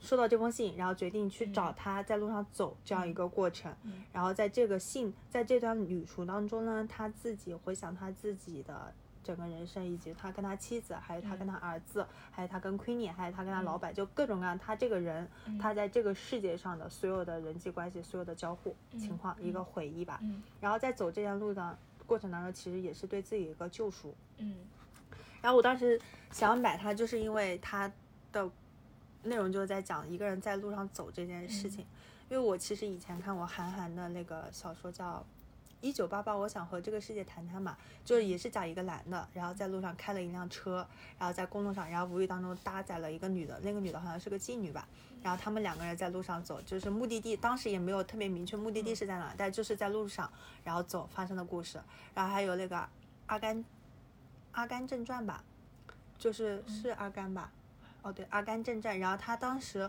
Speaker 2: 收到这封信，然后决定去找
Speaker 3: 嗯
Speaker 2: 他在路上走这样一个过程。
Speaker 3: 嗯
Speaker 2: 然后在这个信，在这段旅途当中呢，他自己回想他自己的整个人生，以及他跟他妻子，还有
Speaker 3: 嗯
Speaker 2: 他跟他儿子，还有他跟 Queenie，还有他跟他老板，就各种各样他这个人，
Speaker 3: 嗯
Speaker 2: 他在这个世界上的所有的人际关系、所有的交互情
Speaker 3: 嗯
Speaker 2: 况、一个回忆吧。
Speaker 3: 嗯
Speaker 2: 然后在走这条路的过程当中，其实也是对自己一个救赎。
Speaker 3: 嗯
Speaker 2: 然后我当时想要买它，就是因为它的内容就是在讲一个人在路上走这件事情。因为我其实以前看过韩寒的那个小说叫《一九八八》，我想和这个世界谈谈嘛，就是也是讲一个男的，然后在路上开了一辆车，然后在公路上，然后无意当中搭载了一个女的，那个女的好像是个妓女吧，然后他们两个人在路上走，就是目的地，当时也没有特别明确目的地是在哪，但就是在路上，然后走发生的故事，然后还有那个《阿甘阿甘正传》吧，就是是阿甘吧，哦对，《阿甘正传》，然后他当时。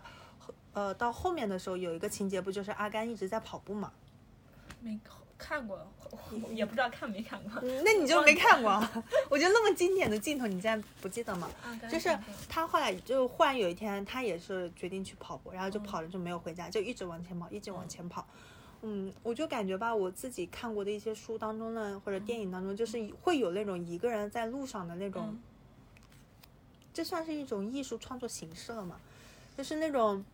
Speaker 2: 呃，到后面的时候有一个情节，不就是阿甘一直在跑步嘛？
Speaker 3: 没看过，
Speaker 2: 嗯
Speaker 3: 也不知道看没看过。
Speaker 2: 那你就没看过？啊 [LAUGHS] 我觉得那么经典的镜头，你现在不记得吗？
Speaker 3: 啊刚才
Speaker 2: 就是嗯
Speaker 3: 看过
Speaker 2: 他后来就忽然有一天，他也是决定去跑步，然后就跑了就没有回家，就一直往前跑，一直往前跑。嗯，我就感觉吧，我自己看过的一些书当中呢，或者电影当中，就是会有那种一个人在路上的那种，
Speaker 3: 嗯
Speaker 2: 这算是一种艺术创作形式了嘛？就是那种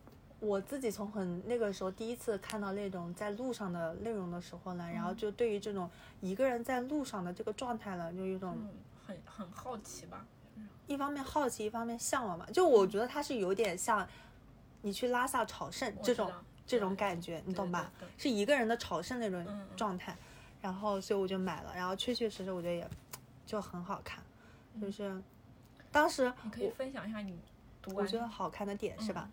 Speaker 2: 我自己从很那个时候第一次看到那种在路上的内容的时候呢，然后就对于这种一个人在路上的这个状态呢，就有一种
Speaker 3: 嗯，很很好奇吧？
Speaker 2: 一方面好奇，一方面向往吧。就我
Speaker 3: 嗯
Speaker 2: 觉得它是有点像你去拉萨朝圣
Speaker 3: 我
Speaker 2: 这
Speaker 3: 知
Speaker 2: 种
Speaker 3: 道
Speaker 2: 这
Speaker 3: 对
Speaker 2: 种
Speaker 3: 对
Speaker 2: 感觉，你
Speaker 3: 对
Speaker 2: 懂
Speaker 3: 对
Speaker 2: 吧？
Speaker 3: 对
Speaker 2: 是一个人的朝圣那种
Speaker 3: 嗯嗯
Speaker 2: 状态。然后，所以我就买了，然后确确实实我觉得也就很好看，
Speaker 3: 嗯
Speaker 2: 就是当时
Speaker 3: 你可以
Speaker 2: 我
Speaker 3: 分享一下你读完
Speaker 2: 我觉得好看的点是吧？
Speaker 3: 嗯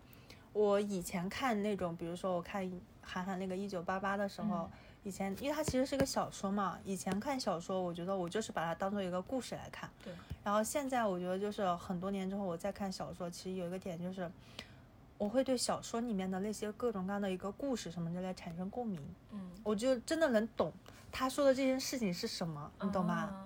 Speaker 2: 我以前看那种，比如说我看韩寒那个《一九八八》的时候，
Speaker 3: 嗯
Speaker 2: 以前因为它其实是个小说嘛，以前看小说，我觉得我就是把它当做一个故事来看。
Speaker 3: 对。
Speaker 2: 然后现在我觉得就是很多年之后，我再看小说，其实有一个点就是，我会对小说里面的那些各种各样的一个故事什么之类产生共鸣，
Speaker 3: 嗯，
Speaker 2: 我就真的能懂他说的这件事情是什么，你懂吗？
Speaker 3: 啊？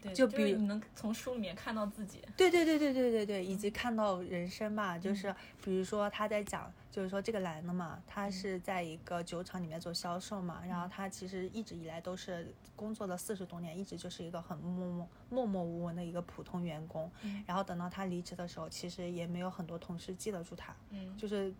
Speaker 3: 对，
Speaker 2: 就是比如
Speaker 3: 你能从书里面看到自己，
Speaker 2: 对对对对对对对，以及看到人生嘛，就是比如说他在讲，就是说这个男的嘛，他是在一个酒厂里面做销售嘛，然后他其实一直以来都是工作了四十多年，一直就是一个很默默默默无闻的一个普通员工，
Speaker 3: 嗯
Speaker 2: 然后等到他离职的时候，其实也没有很多同事记得住他，
Speaker 3: 嗯
Speaker 2: 就是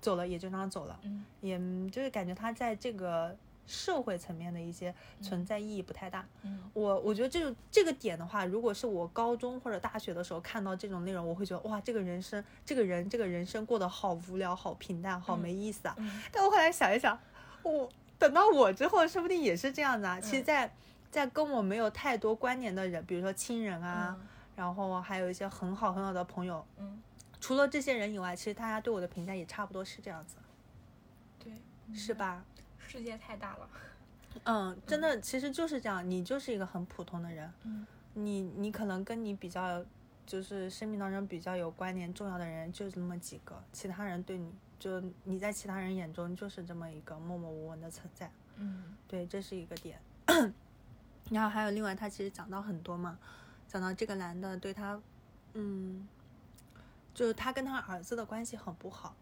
Speaker 2: 走了也就让他走了，
Speaker 3: 嗯
Speaker 2: 也就是感觉他在这个社会层面的一些存在意义不太大。
Speaker 3: 嗯
Speaker 2: 我我觉得这种这个点的话，如果是我高中或者大学的时候看到这种内容，我会觉得哇，这个人生，这个人，这个人生过得好无聊、好平淡、好
Speaker 3: 嗯
Speaker 2: 没意思啊。
Speaker 3: 嗯
Speaker 2: [LAUGHS] 但我后来想一想，我等到我之后，说不定也是这样子啊。其实
Speaker 3: 嗯
Speaker 2: 在，在跟我没有太多关联的人，比如说亲人啊，然后还有一些很好很好的朋友，
Speaker 3: 嗯，
Speaker 2: 除了这些人以外，其实大家对我的评价也差不多是这样子，
Speaker 3: 对，
Speaker 2: 是吧？
Speaker 3: 嗯哎世界太大了，
Speaker 2: 嗯，真的，其实就是这样，你就是一个很普通的人。
Speaker 3: 嗯
Speaker 2: 你你可能跟你比较，就是生命当中比较有关联重要的人就这么几个，其他人对你就你在其他人眼中就是这么一个默默无闻的存在，
Speaker 3: 嗯
Speaker 2: 对，这是一个点。 [CLEARS THROAT] 然后还有另外，他其实讲到很多嘛，讲到这个男的对他，嗯，就是他跟他儿子的关系很不好，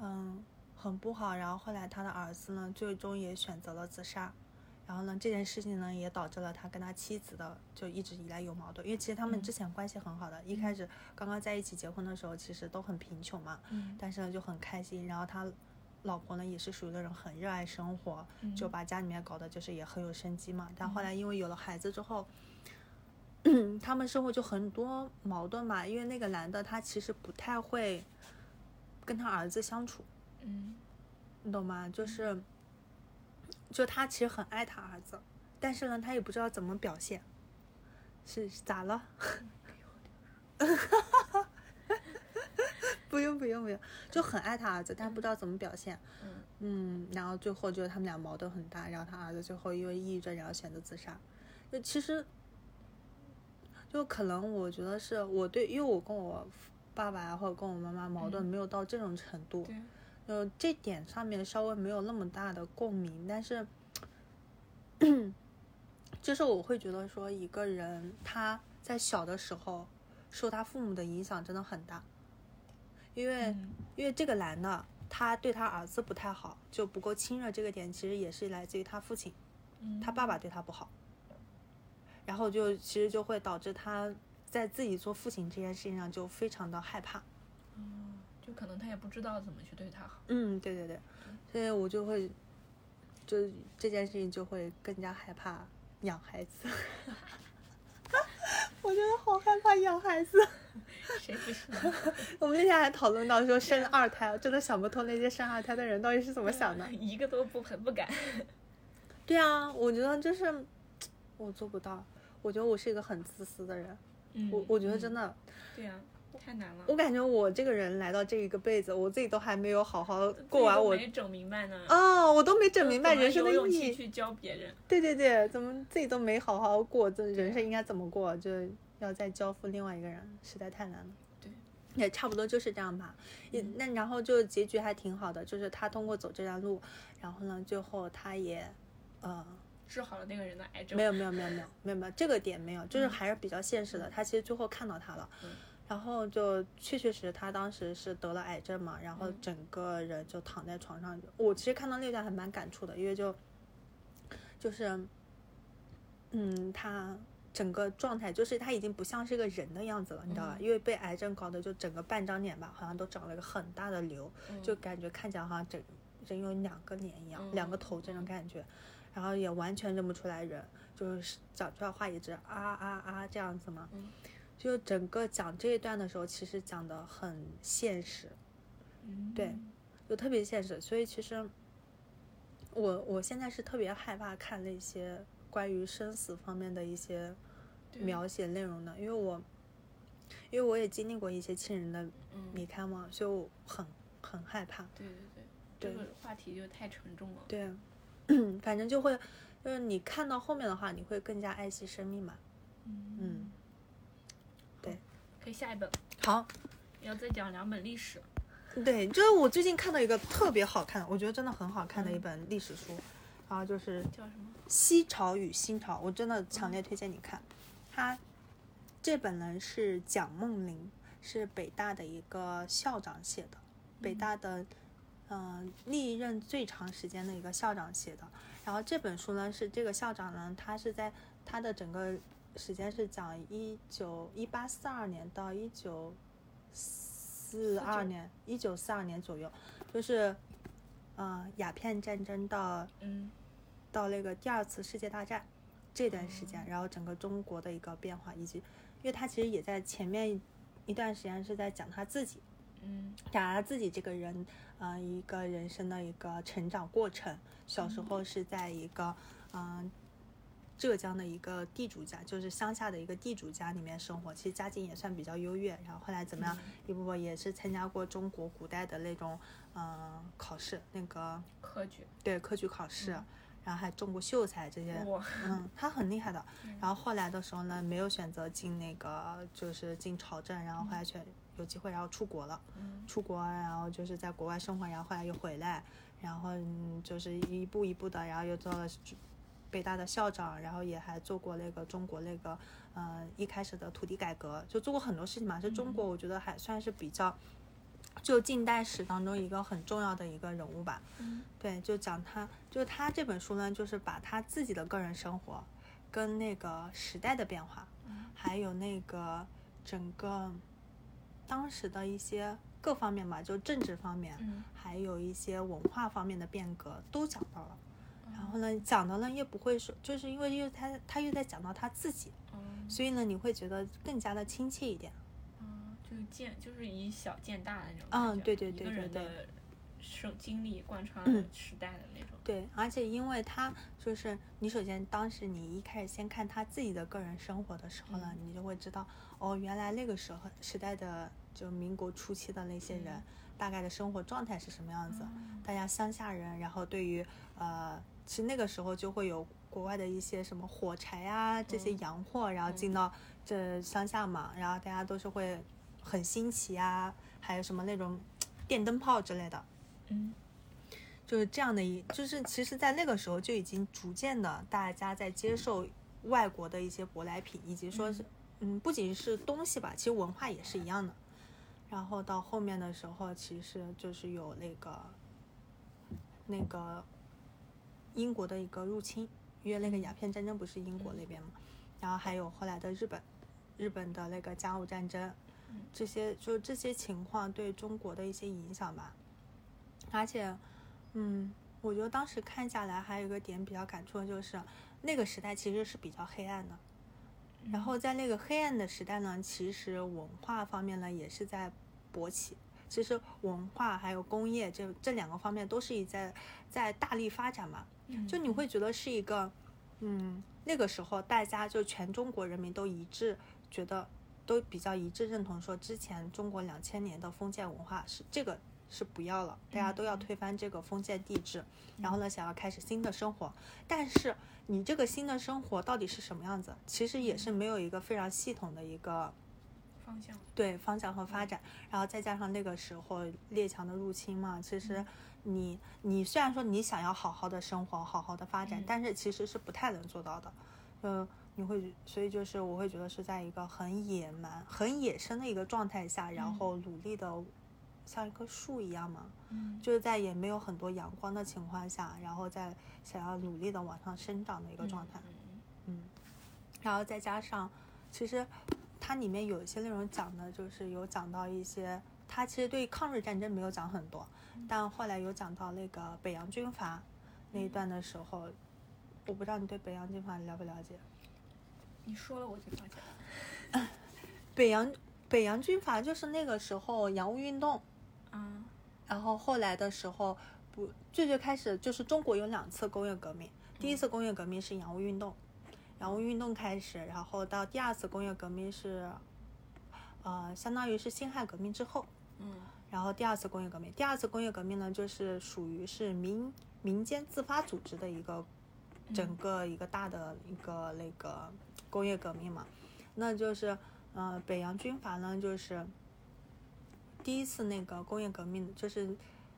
Speaker 2: 嗯，很不好。然后后来他的儿子呢，最终也选择了自杀。然后呢，这件事情呢，也导致了他跟他妻子的就一直以来有矛盾，因为其实他们
Speaker 3: 嗯
Speaker 2: 之前关系很好的，一开始刚刚在一起结婚的时候，其实都很贫穷嘛，
Speaker 3: 嗯
Speaker 2: 但是呢就很开心。然后他老婆呢，也是属于那种很热爱生活，就把家里面搞得就是也很有生机嘛。但后来因为有了孩子之后，他们生活就很多矛盾嘛。因为那个男的他其实不太会跟他儿子相处，
Speaker 3: 嗯
Speaker 2: 你懂吗？就是，就他其实很爱他儿子，但是呢，他也不知道怎么表现，是是咋了？
Speaker 3: 哎
Speaker 2: 不用不用不用，就很爱他儿子，但是不知道怎么表现。
Speaker 3: 嗯
Speaker 2: 嗯，然后最后就是他们俩矛盾很大，然后他儿子最后因为抑郁症，然后选择自杀。就其实，就可能我觉得是我对，因为我跟我爸爸啊或者跟我妈妈矛盾
Speaker 3: 嗯
Speaker 2: 没有到这种程度，
Speaker 3: 对，
Speaker 2: 呃，这点上面稍微没有那么大的共鸣，但是， [COUGHS] 就是我会觉得说，一个人他在小的时候受他父母的影响真的很大，因为、
Speaker 3: 嗯
Speaker 2: 因为这个男的他对他儿子不太好，就不够亲热，这个点其实也是来自于他父亲，
Speaker 3: 嗯
Speaker 2: 他爸爸对他不好，然后就其实就会导致他在自己做父亲这件事情上就非常的害怕，
Speaker 3: 嗯就可能他也不知道怎么去对他好，
Speaker 2: 嗯，对对对，所以我就会，就这件事情就会更加害怕养孩子。 [LAUGHS] 我真的好害怕养孩子。
Speaker 3: 谁不是呢？
Speaker 2: [LAUGHS] 我们那天还讨论到说生二胎，真的想不通那些生二胎的人到底是怎么想的。
Speaker 3: 一个都不不敢，
Speaker 2: 嗯对啊，我觉得就是我做不到。我觉得我是一个很自私的人。
Speaker 3: 嗯
Speaker 2: 我我觉得真
Speaker 3: 嗯
Speaker 2: 的，
Speaker 3: 对呀，太难了，
Speaker 2: 我感觉我这个人来到这一个辈子，我自己都还没有好好过
Speaker 3: 自己
Speaker 2: 完
Speaker 3: 都
Speaker 2: 我。
Speaker 3: 没整明白呢，
Speaker 2: 哦，我都没整明白
Speaker 3: 怎么
Speaker 2: 人生的
Speaker 3: 有勇
Speaker 2: 意
Speaker 3: 气
Speaker 2: 义。
Speaker 3: 去教别人，
Speaker 2: 对对对，怎么自己都没好好过，这人生应该怎么过，就要再交付另外一个人，实在太难了。
Speaker 3: 对，
Speaker 2: 也差不多就是这样吧。也
Speaker 3: 嗯
Speaker 2: 那然后就结局还挺好的，就是他通过走这段路，然后呢，最后他也，呃，
Speaker 3: 治好了那个人的癌症
Speaker 2: 没，有没有没有没有没有没有这个点没有，就是
Speaker 3: 嗯
Speaker 2: 还是比较现实的。他其实最后看到他了
Speaker 3: 嗯，
Speaker 2: 然后就确确实实他当时是得了癌症嘛，然后
Speaker 3: 嗯
Speaker 2: 整个人就躺在床上。我其实看到那段还蛮感触的，因为就就是嗯，他整个状态就是他已经不像是个人的样子了，你知道吧？
Speaker 3: 嗯
Speaker 2: 因为被癌症搞得就整个半张脸吧，好像都长了一个很大的瘤，
Speaker 3: 嗯
Speaker 2: 就感觉看起来好像整人有两个脸一样，
Speaker 3: 嗯
Speaker 2: 两个头这种感觉，然后也完全认不出来人，就是讲出来话也只是啊啊啊这样子嘛。
Speaker 3: 嗯
Speaker 2: 就整个讲这一段的时候，其实讲的很现实，
Speaker 3: 嗯
Speaker 2: 对就特别现实，所以其实我我现在是特别害怕看那些关于生死方面的一些
Speaker 3: 对
Speaker 2: 描写内容的，因为我因为我也经历过一些亲人的
Speaker 3: 嗯
Speaker 2: 离开嘛，所以我很很害怕。
Speaker 3: 对对对，这
Speaker 2: 对
Speaker 3: 个话题就太沉重了，
Speaker 2: 对， [CLEARS THROAT] 反正就会，就是你看到后面的话，你会更加爱惜生命嘛。嗯，对，
Speaker 3: 可以下一本，
Speaker 2: 好，
Speaker 3: 要再讲两本历史，
Speaker 2: 对，就是我最近看到一个特别好看，我觉得真的很好看的一本历史书，然后就是《
Speaker 3: 叫什么？
Speaker 2: 西朝与新朝》，我真的强烈推荐你看。他这本呢是蒋梦麟，是北大的一个校长写的，北大的嗯、历任最长时间的一个校长写的。然后这本书呢是这个校长呢，他是在他的整个时间是讲一九一八四二年到一九四二年一九四二年左右，就是嗯、呃鸦片战争到
Speaker 3: 嗯
Speaker 2: 到那个第二次世界大战这段时间，然后整个中国的一个变化，以及因为他其实也在前面一段时间是在讲他自己，
Speaker 3: 嗯
Speaker 2: 讲他自己这个人，呃，一个人生的一个成长过程。小时候是在一个，嗯、浙江的一个地主家，就是乡下的一个地主家里面生活，其实家境也算比较优越。然后后来怎么样，一步步也是参加过中国古代的那种，嗯、考试，那个
Speaker 3: 科举，
Speaker 2: 对科举考试，然后还中过秀才这些。
Speaker 3: 我
Speaker 2: 嗯，他很厉害的。然后后来的时候呢，没有选择进那个，就是进朝政，然后后来选有机会，然后出国了，
Speaker 3: 嗯
Speaker 2: 出国，然后就是在国外生活，然后后来又回来，然后嗯就是一步一步的，然后又做了北大的校长，然后也还做过那个中国那个，呃，一开始的土地改革，就做过很多事情嘛。是中国，我觉得还算是比较。就近代史当中一个很重要的一个人物吧，
Speaker 3: 嗯
Speaker 2: 对，就讲他，就是他这本书呢，就是把他自己的个人生活，跟那个时代的变化，还有那个整个当时的一些各方面吧，就政治方面，
Speaker 3: 嗯
Speaker 2: 还有一些文化方面的变革都讲到了。然后呢，讲的呢又不会说，就是因为又他他又在讲到他自己，
Speaker 3: 嗯
Speaker 2: 所以呢你会觉得更加的亲切一点。
Speaker 3: 嗯，就是见就是以小见大的那种感觉，
Speaker 2: 嗯对对
Speaker 3: 一个
Speaker 2: 对对
Speaker 3: 人
Speaker 2: 对
Speaker 3: 的生经历贯穿了
Speaker 2: 嗯
Speaker 3: 时代的那种，
Speaker 2: 对，而且因为他就是你，首先当时你一开始先看他自己的个人生活的时候呢，
Speaker 3: 嗯
Speaker 2: 你就会知道，哦，原来那个时候时代的就民国初期的那些人，
Speaker 3: 嗯
Speaker 2: 大概的生活状态是啊什么样子，
Speaker 3: 嗯
Speaker 2: 大家乡下人，然后对于呃，其实那个时候就会有国外的一些什么火柴啊这些
Speaker 3: 嗯
Speaker 2: 洋货，然后进到这乡下嘛，然后大家都是会很新奇啊，还有什么那种电灯泡之类的，
Speaker 3: 嗯
Speaker 2: 就是这样的一，就是其实，在那个时候就已经逐渐的，大家在
Speaker 3: 嗯
Speaker 2: 接受外国的一些舶来品，以及说是，嗯，不仅是东西吧，其实文化也是一样的。然后到后面的时候，其实就是有那个，那个英国的一个入侵，因为那个鸦片战争不是英国那边嘛，然后还有后来的日本，日本的那个甲午战争，这些就这些情况对中国的一些影响吧。而且，嗯，我觉得当时看下来还有一个点比较感触的就是，那个时代其实是比较黑暗的。然后在那个黑暗的时代呢，其实文化方面呢也是在勃起。其实文化还有工业这这两个方面都是一在在大力发展嘛。
Speaker 3: 嗯
Speaker 2: 就你会觉得是一个，嗯，那个时候大家就全中国人民都一致觉得，都比较一致认同说，之前中国两千年的封建文化是这个是不要了，大家都要推翻这个封建帝制，然后呢，想要开始新的生活。但是你这个新的生活到底是什么样子，其实也是没有一个非常系统的一个
Speaker 3: 方向，
Speaker 2: 对方向和发展，然后再加上那个时候列强的入侵嘛，其
Speaker 3: 嗯
Speaker 2: 实你你虽然说你想要好好的生活，好好的发展，
Speaker 3: 嗯
Speaker 2: 但是其实是不太能做到的，嗯，你会所以就是我会觉得是在一个很野蛮、很野生的一个状态下，然
Speaker 3: 嗯
Speaker 2: 后努力的像一棵树一样嘛，
Speaker 3: 嗯
Speaker 2: 就是在也没有很多阳光的情况下，然后在想要努力的往上生长的一个状态。
Speaker 3: 嗯
Speaker 2: 嗯，然后再加上，其实它里面有一些内容讲的，就是有讲到一些，它其实对抗日战争没有讲很多，但后来有讲到那个北洋军阀那一段的时候，我不知道你对北洋军阀了不了解？
Speaker 3: 你说了我就想起来了，
Speaker 2: 北洋北洋军阀就是那个时候洋务运动，
Speaker 3: 嗯
Speaker 2: 然后后来的时候不最最开始就是中国有两次工业革命，第一次工业革命是洋务运动，洋务运动开始，然后到第二次工业革命是，呃，相当于是辛亥革命之后，
Speaker 3: 嗯
Speaker 2: 然后第二次工业革命，第二次工业革命呢就是属于是民民间自发组织的一个整个一个大的一个那个工业革命嘛，那就是呃北洋军阀呢就是第一次那个工业革命，就是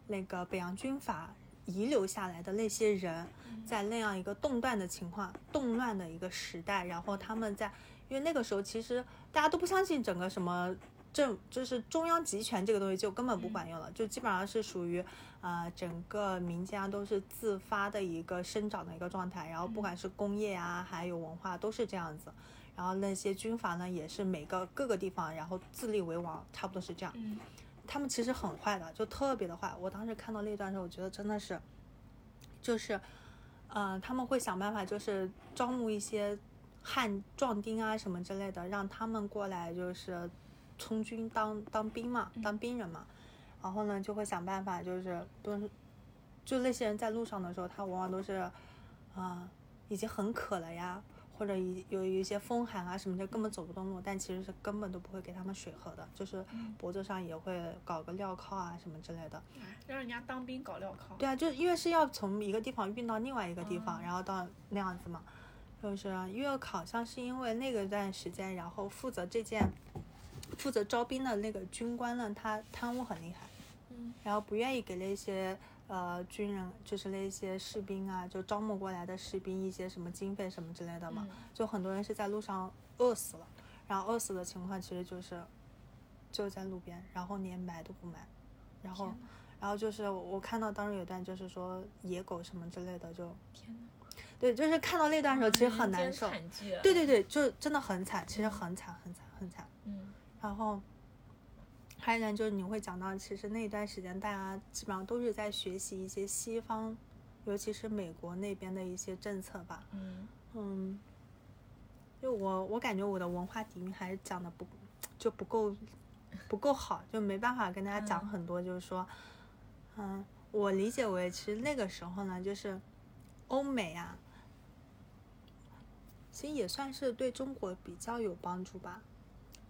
Speaker 2: 那个北洋军阀遗留下来的那些人，在那样一个动乱的情况、动乱的一个时代，然后他们在。因为那个时候其实大家都不相信整个什么政，就是中央集权这个东西就根本不管用了，就基本上是属于啊、呃整个民间啊都是自发的一个生长的一个状态，然后不管是工业啊，还有文化都是这样子。然后那些军阀呢，也是每个各个地方，然后自立为王，差不多是这样。
Speaker 3: 嗯
Speaker 2: 他们其实很坏的，就特别的坏。我当时看到那段时候，我觉得真的是，就是，呃，他们会想办法，就是招募一些汉壮丁啊什么之类的，让他们过来就是从军当当兵嘛，当兵人嘛。然后呢，就会想办法，就是不是，就那些人在路上的时候，他往往都是，啊、已经很渴了呀。或者一有一些风寒啊什么的，根本走不动路，但其实是根本都不会给他们水喝的，就是脖子上也会搞个镣铐啊什么之类的。
Speaker 3: 哎让人家当兵搞镣铐。
Speaker 2: 对啊，就是因为是要从一个地方运到另外一个地
Speaker 3: 嗯
Speaker 2: 方，然后到那样子嘛。就是因为好像是因为那个段时间，然后负责这件、负责招兵的那个军官呢，他贪污很厉害，
Speaker 3: 嗯，
Speaker 2: 然后不愿意给那些呃军人，就是那些士兵啊，就招募过来的士兵一些什么经费什么之类的嘛，
Speaker 3: 嗯
Speaker 2: 就很多人是在路上饿死了，然后饿死的情况其实就是就在路边，然后连埋都不埋，然后
Speaker 3: 天哪
Speaker 2: 然后就是我看到当时有一段就是说野狗什么之类的就，
Speaker 3: 天哪！
Speaker 2: 对，就是看哦到那段时候其实很
Speaker 3: 人间
Speaker 2: 难受，
Speaker 3: 惨剧啊
Speaker 2: 对，对对，就真的很惨，其实很惨很惨很惨。
Speaker 3: 嗯
Speaker 2: 然后还有一点就是你会讲到，其实那一段时间大家基本上都是在学习一些西方，尤其是美国那边的一些政策吧。
Speaker 3: 嗯
Speaker 2: 嗯，就我我感觉我的文化底蕴还是讲的不就不够不够好，就没办法跟大家讲
Speaker 3: 嗯
Speaker 2: 很多，就是说，嗯，我理解为其实那个时候呢，就是欧美啊。其实也算是对中国比较有帮助吧，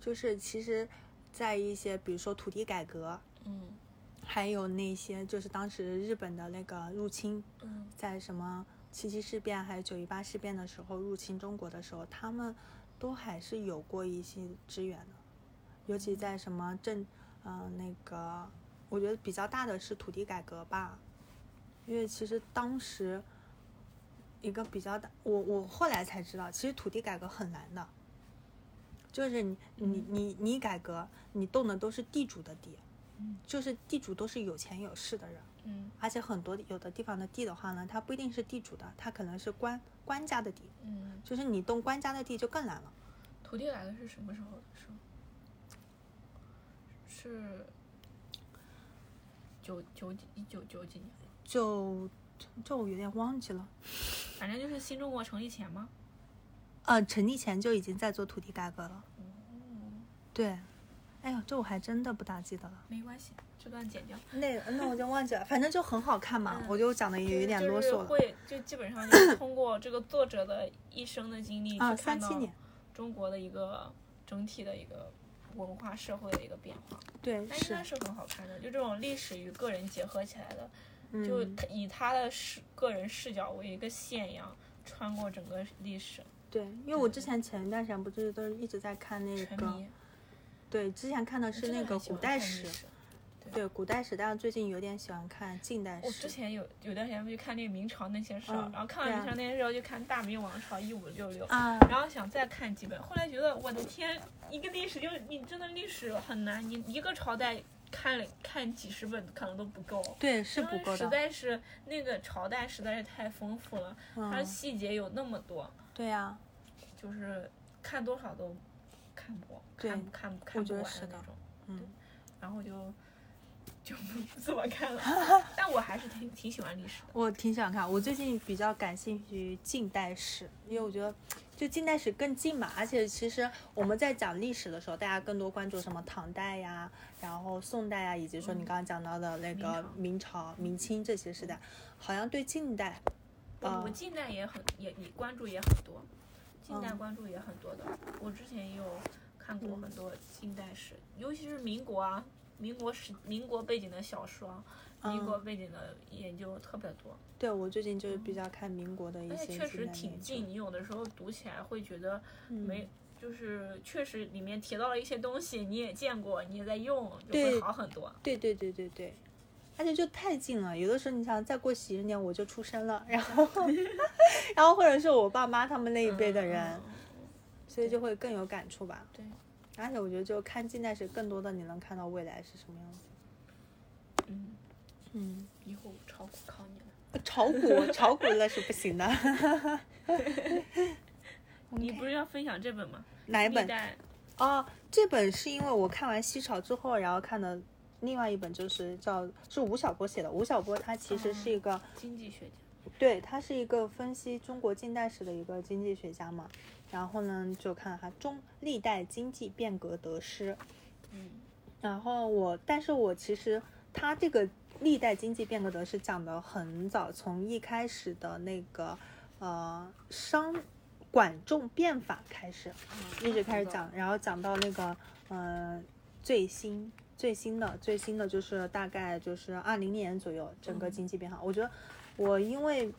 Speaker 2: 就是其实，在一些比如说土地改革，
Speaker 3: 嗯
Speaker 2: 还有那些就是当时日本的那个入侵，
Speaker 3: 嗯
Speaker 2: 在什么七七事变还有九一八事变的时候入侵中国的时候，他们都还是有过一些支援的，尤其在什么政，呃，那个我觉得比较大的是土地改革吧，因为其实当时一个比较大，我我后来才知道，其实土地改革很难的，就是你你你你改革，你动的都是地主的地，就是地主都是有钱有势的人。
Speaker 3: 嗯
Speaker 2: 而且很多有的地方的地的话呢，它不一定是地主的，它可能是官官家的地，
Speaker 3: 嗯，
Speaker 2: 就是你动官家的地就更难了。
Speaker 3: 土地改革是什么时候的事？是九九几一九九几年，
Speaker 2: 就这我有点忘记了，
Speaker 3: 反正就是新中国成立前吗？
Speaker 2: 呃，成立前就已经在做土地改革了。
Speaker 3: 哦
Speaker 2: 对，哎呀，这我还真的不大记得了。
Speaker 3: 没关系，这段剪掉。
Speaker 2: 那那我就忘记了，反正就很好看嘛，
Speaker 3: 嗯
Speaker 2: 我就讲的也有点啰嗦
Speaker 3: 就是
Speaker 2: 了。
Speaker 3: 会就基本上就是通过这个作者的一生的经历，
Speaker 2: 啊，
Speaker 3: 去看
Speaker 2: 三
Speaker 3: 到
Speaker 2: 七年，
Speaker 3: 中国的一个整体的一个文化社会的一个变化，
Speaker 2: 对，
Speaker 3: 但应
Speaker 2: 是
Speaker 3: 该，是很好看的。就这种历史与个人结合起来的，就
Speaker 2: 嗯，
Speaker 3: 他以他的视个人视角为一个线一样穿过整个历史，
Speaker 2: 对，因为我之前前一段时间不是都是一直在看那
Speaker 3: 沉
Speaker 2: 个，
Speaker 3: 迷
Speaker 2: 对，之前看的是那个古代史，。对古代史，但是最近有点喜欢看近代
Speaker 3: 我之
Speaker 2: 史。
Speaker 3: 前有有段时间不去看那个明朝那些事儿，
Speaker 2: 嗯
Speaker 3: 然后看
Speaker 2: 对
Speaker 3: 完
Speaker 2: 啊
Speaker 3: 明朝那些事儿就看《大明王朝一五六六》，
Speaker 2: 啊，
Speaker 3: 然后想再看几本，后来觉得我的天，一个历史就是你真的历史很难，你一个朝代看了看几十本可能都不够，
Speaker 2: 对，是
Speaker 3: 因
Speaker 2: 不
Speaker 3: 为
Speaker 2: 够
Speaker 3: 实
Speaker 2: 的。
Speaker 3: 在是那个朝代实在是太丰富了，它
Speaker 2: 嗯，
Speaker 3: 细节有那么多，
Speaker 2: 对呀、
Speaker 3: 就是看多少都看不
Speaker 2: 对
Speaker 3: 看看看
Speaker 2: 我觉
Speaker 3: 不
Speaker 2: 得
Speaker 3: 完
Speaker 2: 是
Speaker 3: 的
Speaker 2: 的
Speaker 3: 那种，
Speaker 2: 嗯，
Speaker 3: 然后就就不怎么
Speaker 2: [LAUGHS]
Speaker 3: 看了，但我还是挺挺喜欢历史的，
Speaker 2: 我挺想看。我最近比较感兴趣近代史，因为我觉得就近代史更近嘛。而且其实我们在讲历史的时候，大家更多关注什么唐代呀，然后宋代呀，以及
Speaker 3: 嗯
Speaker 2: 说你刚刚讲到的那个明朝、明清这些时代，好像对近代，
Speaker 3: 我我
Speaker 2: 呃
Speaker 3: 近代也很也也关注也很多，近代
Speaker 2: 嗯
Speaker 3: 关注也很多的，我之前也有看过很多近代史，尤其是民国啊。民国史、民国背景的小说啊，民
Speaker 2: 嗯
Speaker 3: 国背景的研究特别多，
Speaker 2: 对我最近就是比较看民国的一
Speaker 3: 而
Speaker 2: 些
Speaker 3: 且
Speaker 2: 近
Speaker 3: 确
Speaker 2: 代
Speaker 3: 实挺
Speaker 2: 研究
Speaker 3: 近。，你有的时候读起来会觉得
Speaker 2: 嗯
Speaker 3: 没，就是确实里面提到了一些东西，你也见过，你也在用，就
Speaker 2: 对
Speaker 3: 会好很多。
Speaker 2: 对对对对对，而且就太近了，有的时候你想再过几十年我就 [LAUGHS]
Speaker 3: [LAUGHS]
Speaker 2: 出生了，然后，然后或者是我爸妈他们那一辈的人，嗯
Speaker 3: 嗯
Speaker 2: 所以就会更有感触吧。
Speaker 3: 对，
Speaker 2: 而且我觉得就看近代史，更多的你能看到未来是什么样子。
Speaker 3: 嗯，
Speaker 2: 嗯，
Speaker 3: 以后炒股靠你了。
Speaker 2: 炒
Speaker 3: [LAUGHS]
Speaker 2: 股炒股那是不行的。
Speaker 3: 你不是要分享这本吗？
Speaker 2: 哪一
Speaker 3: 历
Speaker 2: 本？
Speaker 3: 代
Speaker 2: 哦，这本是因为我看完《西潮》之后，然后看的另外一本，就是叫是吴晓波写的。吴晓波他其实
Speaker 3: 哦
Speaker 2: 是一个，
Speaker 3: 经济学家，
Speaker 2: 对他是一个分析中国近代史的一个经济学家嘛。然后呢，就看他中历代经济变革得失。
Speaker 3: 嗯，
Speaker 2: 然后我，但是我其实他这个历代经济变革得失讲的很早，从一开始的那个呃商管仲变法开始。一直开始
Speaker 3: 嗯
Speaker 2: 讲，然后讲到那个呃最新最新的最新的就是大概就是二零年左右整个经济变好。我觉得我因为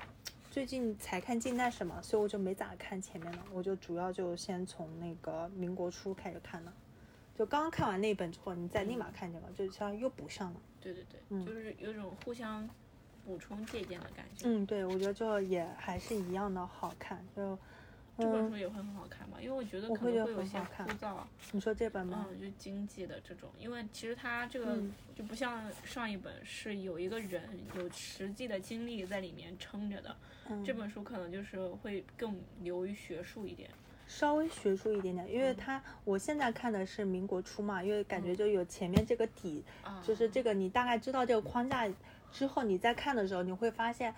Speaker 2: 最近才看近代史嘛，所以我就没咋看前面的，我就主要就先从那个民国初开始看的。就刚刚看完那本之后，你再立马看这个，就相当于又补上了。
Speaker 3: 对对对，
Speaker 2: 嗯
Speaker 3: 就是有种互相补充借鉴的感觉。
Speaker 2: 嗯，对，我觉得就也还是一样的好看。就
Speaker 3: 这本书
Speaker 2: 嗯，
Speaker 3: 也会很好看吧？因为我觉得
Speaker 2: 我
Speaker 3: 可
Speaker 2: 会觉得
Speaker 3: 能会有
Speaker 2: 很
Speaker 3: 一些
Speaker 2: 好
Speaker 3: 枯
Speaker 2: 看
Speaker 3: 燥，啊
Speaker 2: 你说这本吗？
Speaker 3: 嗯，就经济的这种，因为其实它这个
Speaker 2: 嗯
Speaker 3: 就不像上一本是有一个人有实际的经历在里面撑着的，
Speaker 2: 嗯，
Speaker 3: 这本书可能就是会更流于学术一点。
Speaker 2: 稍微学术一点点，因为
Speaker 3: 嗯
Speaker 2: 它我现在看的是民国初嘛，因为感觉就有前面这个底，
Speaker 3: 啊，
Speaker 2: 就是这个你大概知道这个框架之后，你再看的时候，你会发现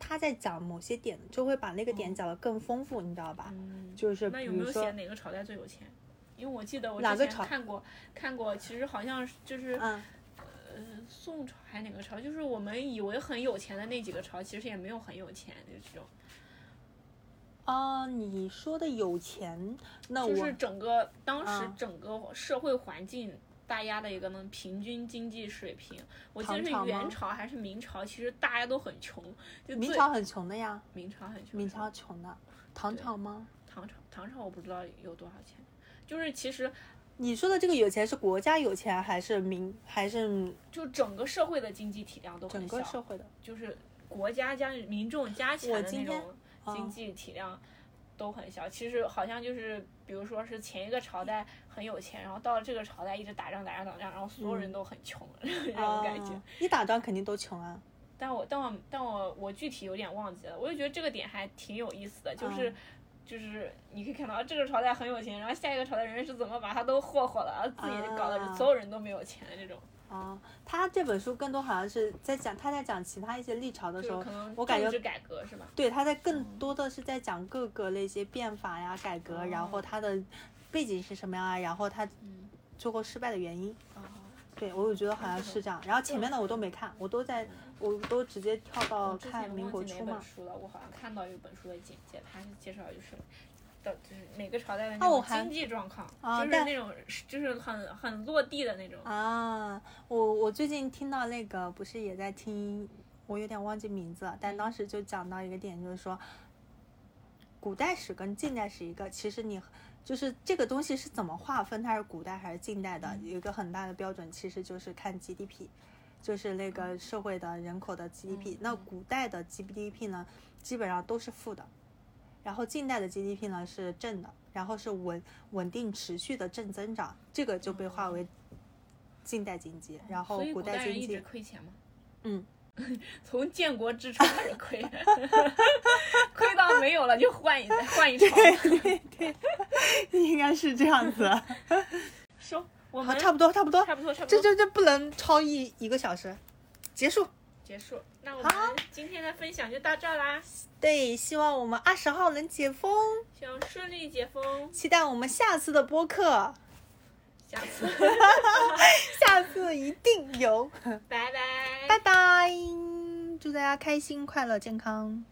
Speaker 2: 他在讲某些点，就会把那个点讲得更丰富，你知道吧？
Speaker 3: 哦嗯，
Speaker 2: 就是
Speaker 3: 那
Speaker 2: 比
Speaker 3: 有没
Speaker 2: 如
Speaker 3: 有
Speaker 2: 说
Speaker 3: 写，哪个朝代最有钱？因为我记得我
Speaker 2: 哪
Speaker 3: 之
Speaker 2: 个
Speaker 3: 前
Speaker 2: 朝
Speaker 3: 看过看过，其实好像是就是
Speaker 2: 嗯，
Speaker 3: 呃宋朝还是哪个朝，就是我们以为很有钱的那几个朝，其实也没有很有钱，就这种。
Speaker 2: 哦，你说的有钱，那
Speaker 3: 就
Speaker 2: 我
Speaker 3: 是整个当时
Speaker 2: 啊
Speaker 3: 整个社会环境大家的一个呢平均经济水平。我记得
Speaker 2: 唐
Speaker 3: 是
Speaker 2: 朝吗
Speaker 3: 元朝还是明朝，其实大家都很穷，就
Speaker 2: 明
Speaker 3: 最
Speaker 2: 朝很穷的呀，
Speaker 3: 明朝很穷，
Speaker 2: 明朝穷的，唐
Speaker 3: 对
Speaker 2: 朝吗？
Speaker 3: 唐朝唐朝我不知道有多少钱，就是其实
Speaker 2: 你说的这个有钱是国家有钱，还是民，还是
Speaker 3: 就整个社会的经济体量都
Speaker 2: 整
Speaker 3: 很小，
Speaker 2: 个社会的？
Speaker 3: 就是国家加民众加起来
Speaker 2: 我
Speaker 3: 的
Speaker 2: 今
Speaker 3: 那
Speaker 2: 天嗯
Speaker 3: 种
Speaker 2: 哦
Speaker 3: 经济体量都很小。其实好像就是，比如说是前一个朝代很有钱，然后到了这个朝代一直打仗打仗打仗，然后所有人都很穷， [LAUGHS] 这种感觉
Speaker 2: 嗯啊。一打仗肯定都穷啊。
Speaker 3: 但我但我但我我具体有点忘记了，我就觉得这个点还挺有意思的，
Speaker 2: 嗯
Speaker 3: 就是。就是你可以看到啊这个朝代很有钱，然后下一个朝代人是怎么把他都霍霍了，然后自己搞得
Speaker 2: 啊
Speaker 3: 所有人都没有钱的这种，
Speaker 2: 哦，他这本书更多好像是在讲他在讲其他一些历朝的时
Speaker 3: 就是
Speaker 2: 候
Speaker 3: 可，能
Speaker 2: 我感觉
Speaker 3: 政治改革是吧？
Speaker 2: 对他在更多的是在讲各个的一些变法呀、改革，然后
Speaker 3: 哦
Speaker 2: 他的嗯背景是什么样啊，然后他
Speaker 3: 嗯，
Speaker 2: 最后失败的原因。
Speaker 3: 哦，
Speaker 2: 对，我有觉得好像是这样。然后前面的我都没看，我都在，我都直接跳到
Speaker 3: 我哦嗯之
Speaker 2: 看
Speaker 3: 前
Speaker 2: 民
Speaker 3: 忘
Speaker 2: 国
Speaker 3: 记哪
Speaker 2: 初
Speaker 3: 本
Speaker 2: 嘛。
Speaker 3: 书了，我好像看到有本书的简介，它是介绍就是到就是每个朝代的那
Speaker 2: 哦我
Speaker 3: 种
Speaker 2: 还
Speaker 3: 经济状况，
Speaker 2: 啊
Speaker 3: 就是
Speaker 2: 但
Speaker 3: 那种就是很很落地的那种。
Speaker 2: 啊，我我最近听到那个不是也在听，我有点忘记名字了，但当时就讲到一个点，就是说，古代史跟近代史一个，其实你就是这个东西是怎么划分它是古代还是近代的，
Speaker 3: 嗯
Speaker 2: 有一个很大的标准，其实就是看 GDP，就是那个社会的人口的 GDP。那
Speaker 3: 嗯
Speaker 2: 古代的 GDP 呢，基本上都是负的，然后近代的 GDP 呢是正的，然后是稳稳定持续的正增长，这个就被划
Speaker 3: 嗯
Speaker 2: 为近代经济。然后
Speaker 3: 所以古
Speaker 2: 代
Speaker 3: 人
Speaker 2: 经
Speaker 3: 一直
Speaker 2: [LAUGHS] 济，
Speaker 3: 亏钱吗？
Speaker 2: 嗯，
Speaker 3: [LAUGHS] 从建国之初开始亏， [LAUGHS] 亏到没有了就换一代换一朝。
Speaker 2: 应该是这样子。
Speaker 3: 说我
Speaker 2: 好，
Speaker 3: 们
Speaker 2: 差不多，差不多，
Speaker 3: 嗯差不多差不
Speaker 2: 这
Speaker 3: 多
Speaker 2: 这这不能超一一个小时，结束。
Speaker 3: 结束，那我们今天的分享就到这儿啦，
Speaker 2: 对，希望我们二十号能解封，
Speaker 3: 希望顺利解封，
Speaker 2: 期待我们下次的播客，
Speaker 3: 下
Speaker 2: [LAUGHS]
Speaker 3: 次
Speaker 2: 下次一定有。 [LAUGHS]
Speaker 3: 拜拜
Speaker 2: 拜拜，祝大家开心、快乐、健康。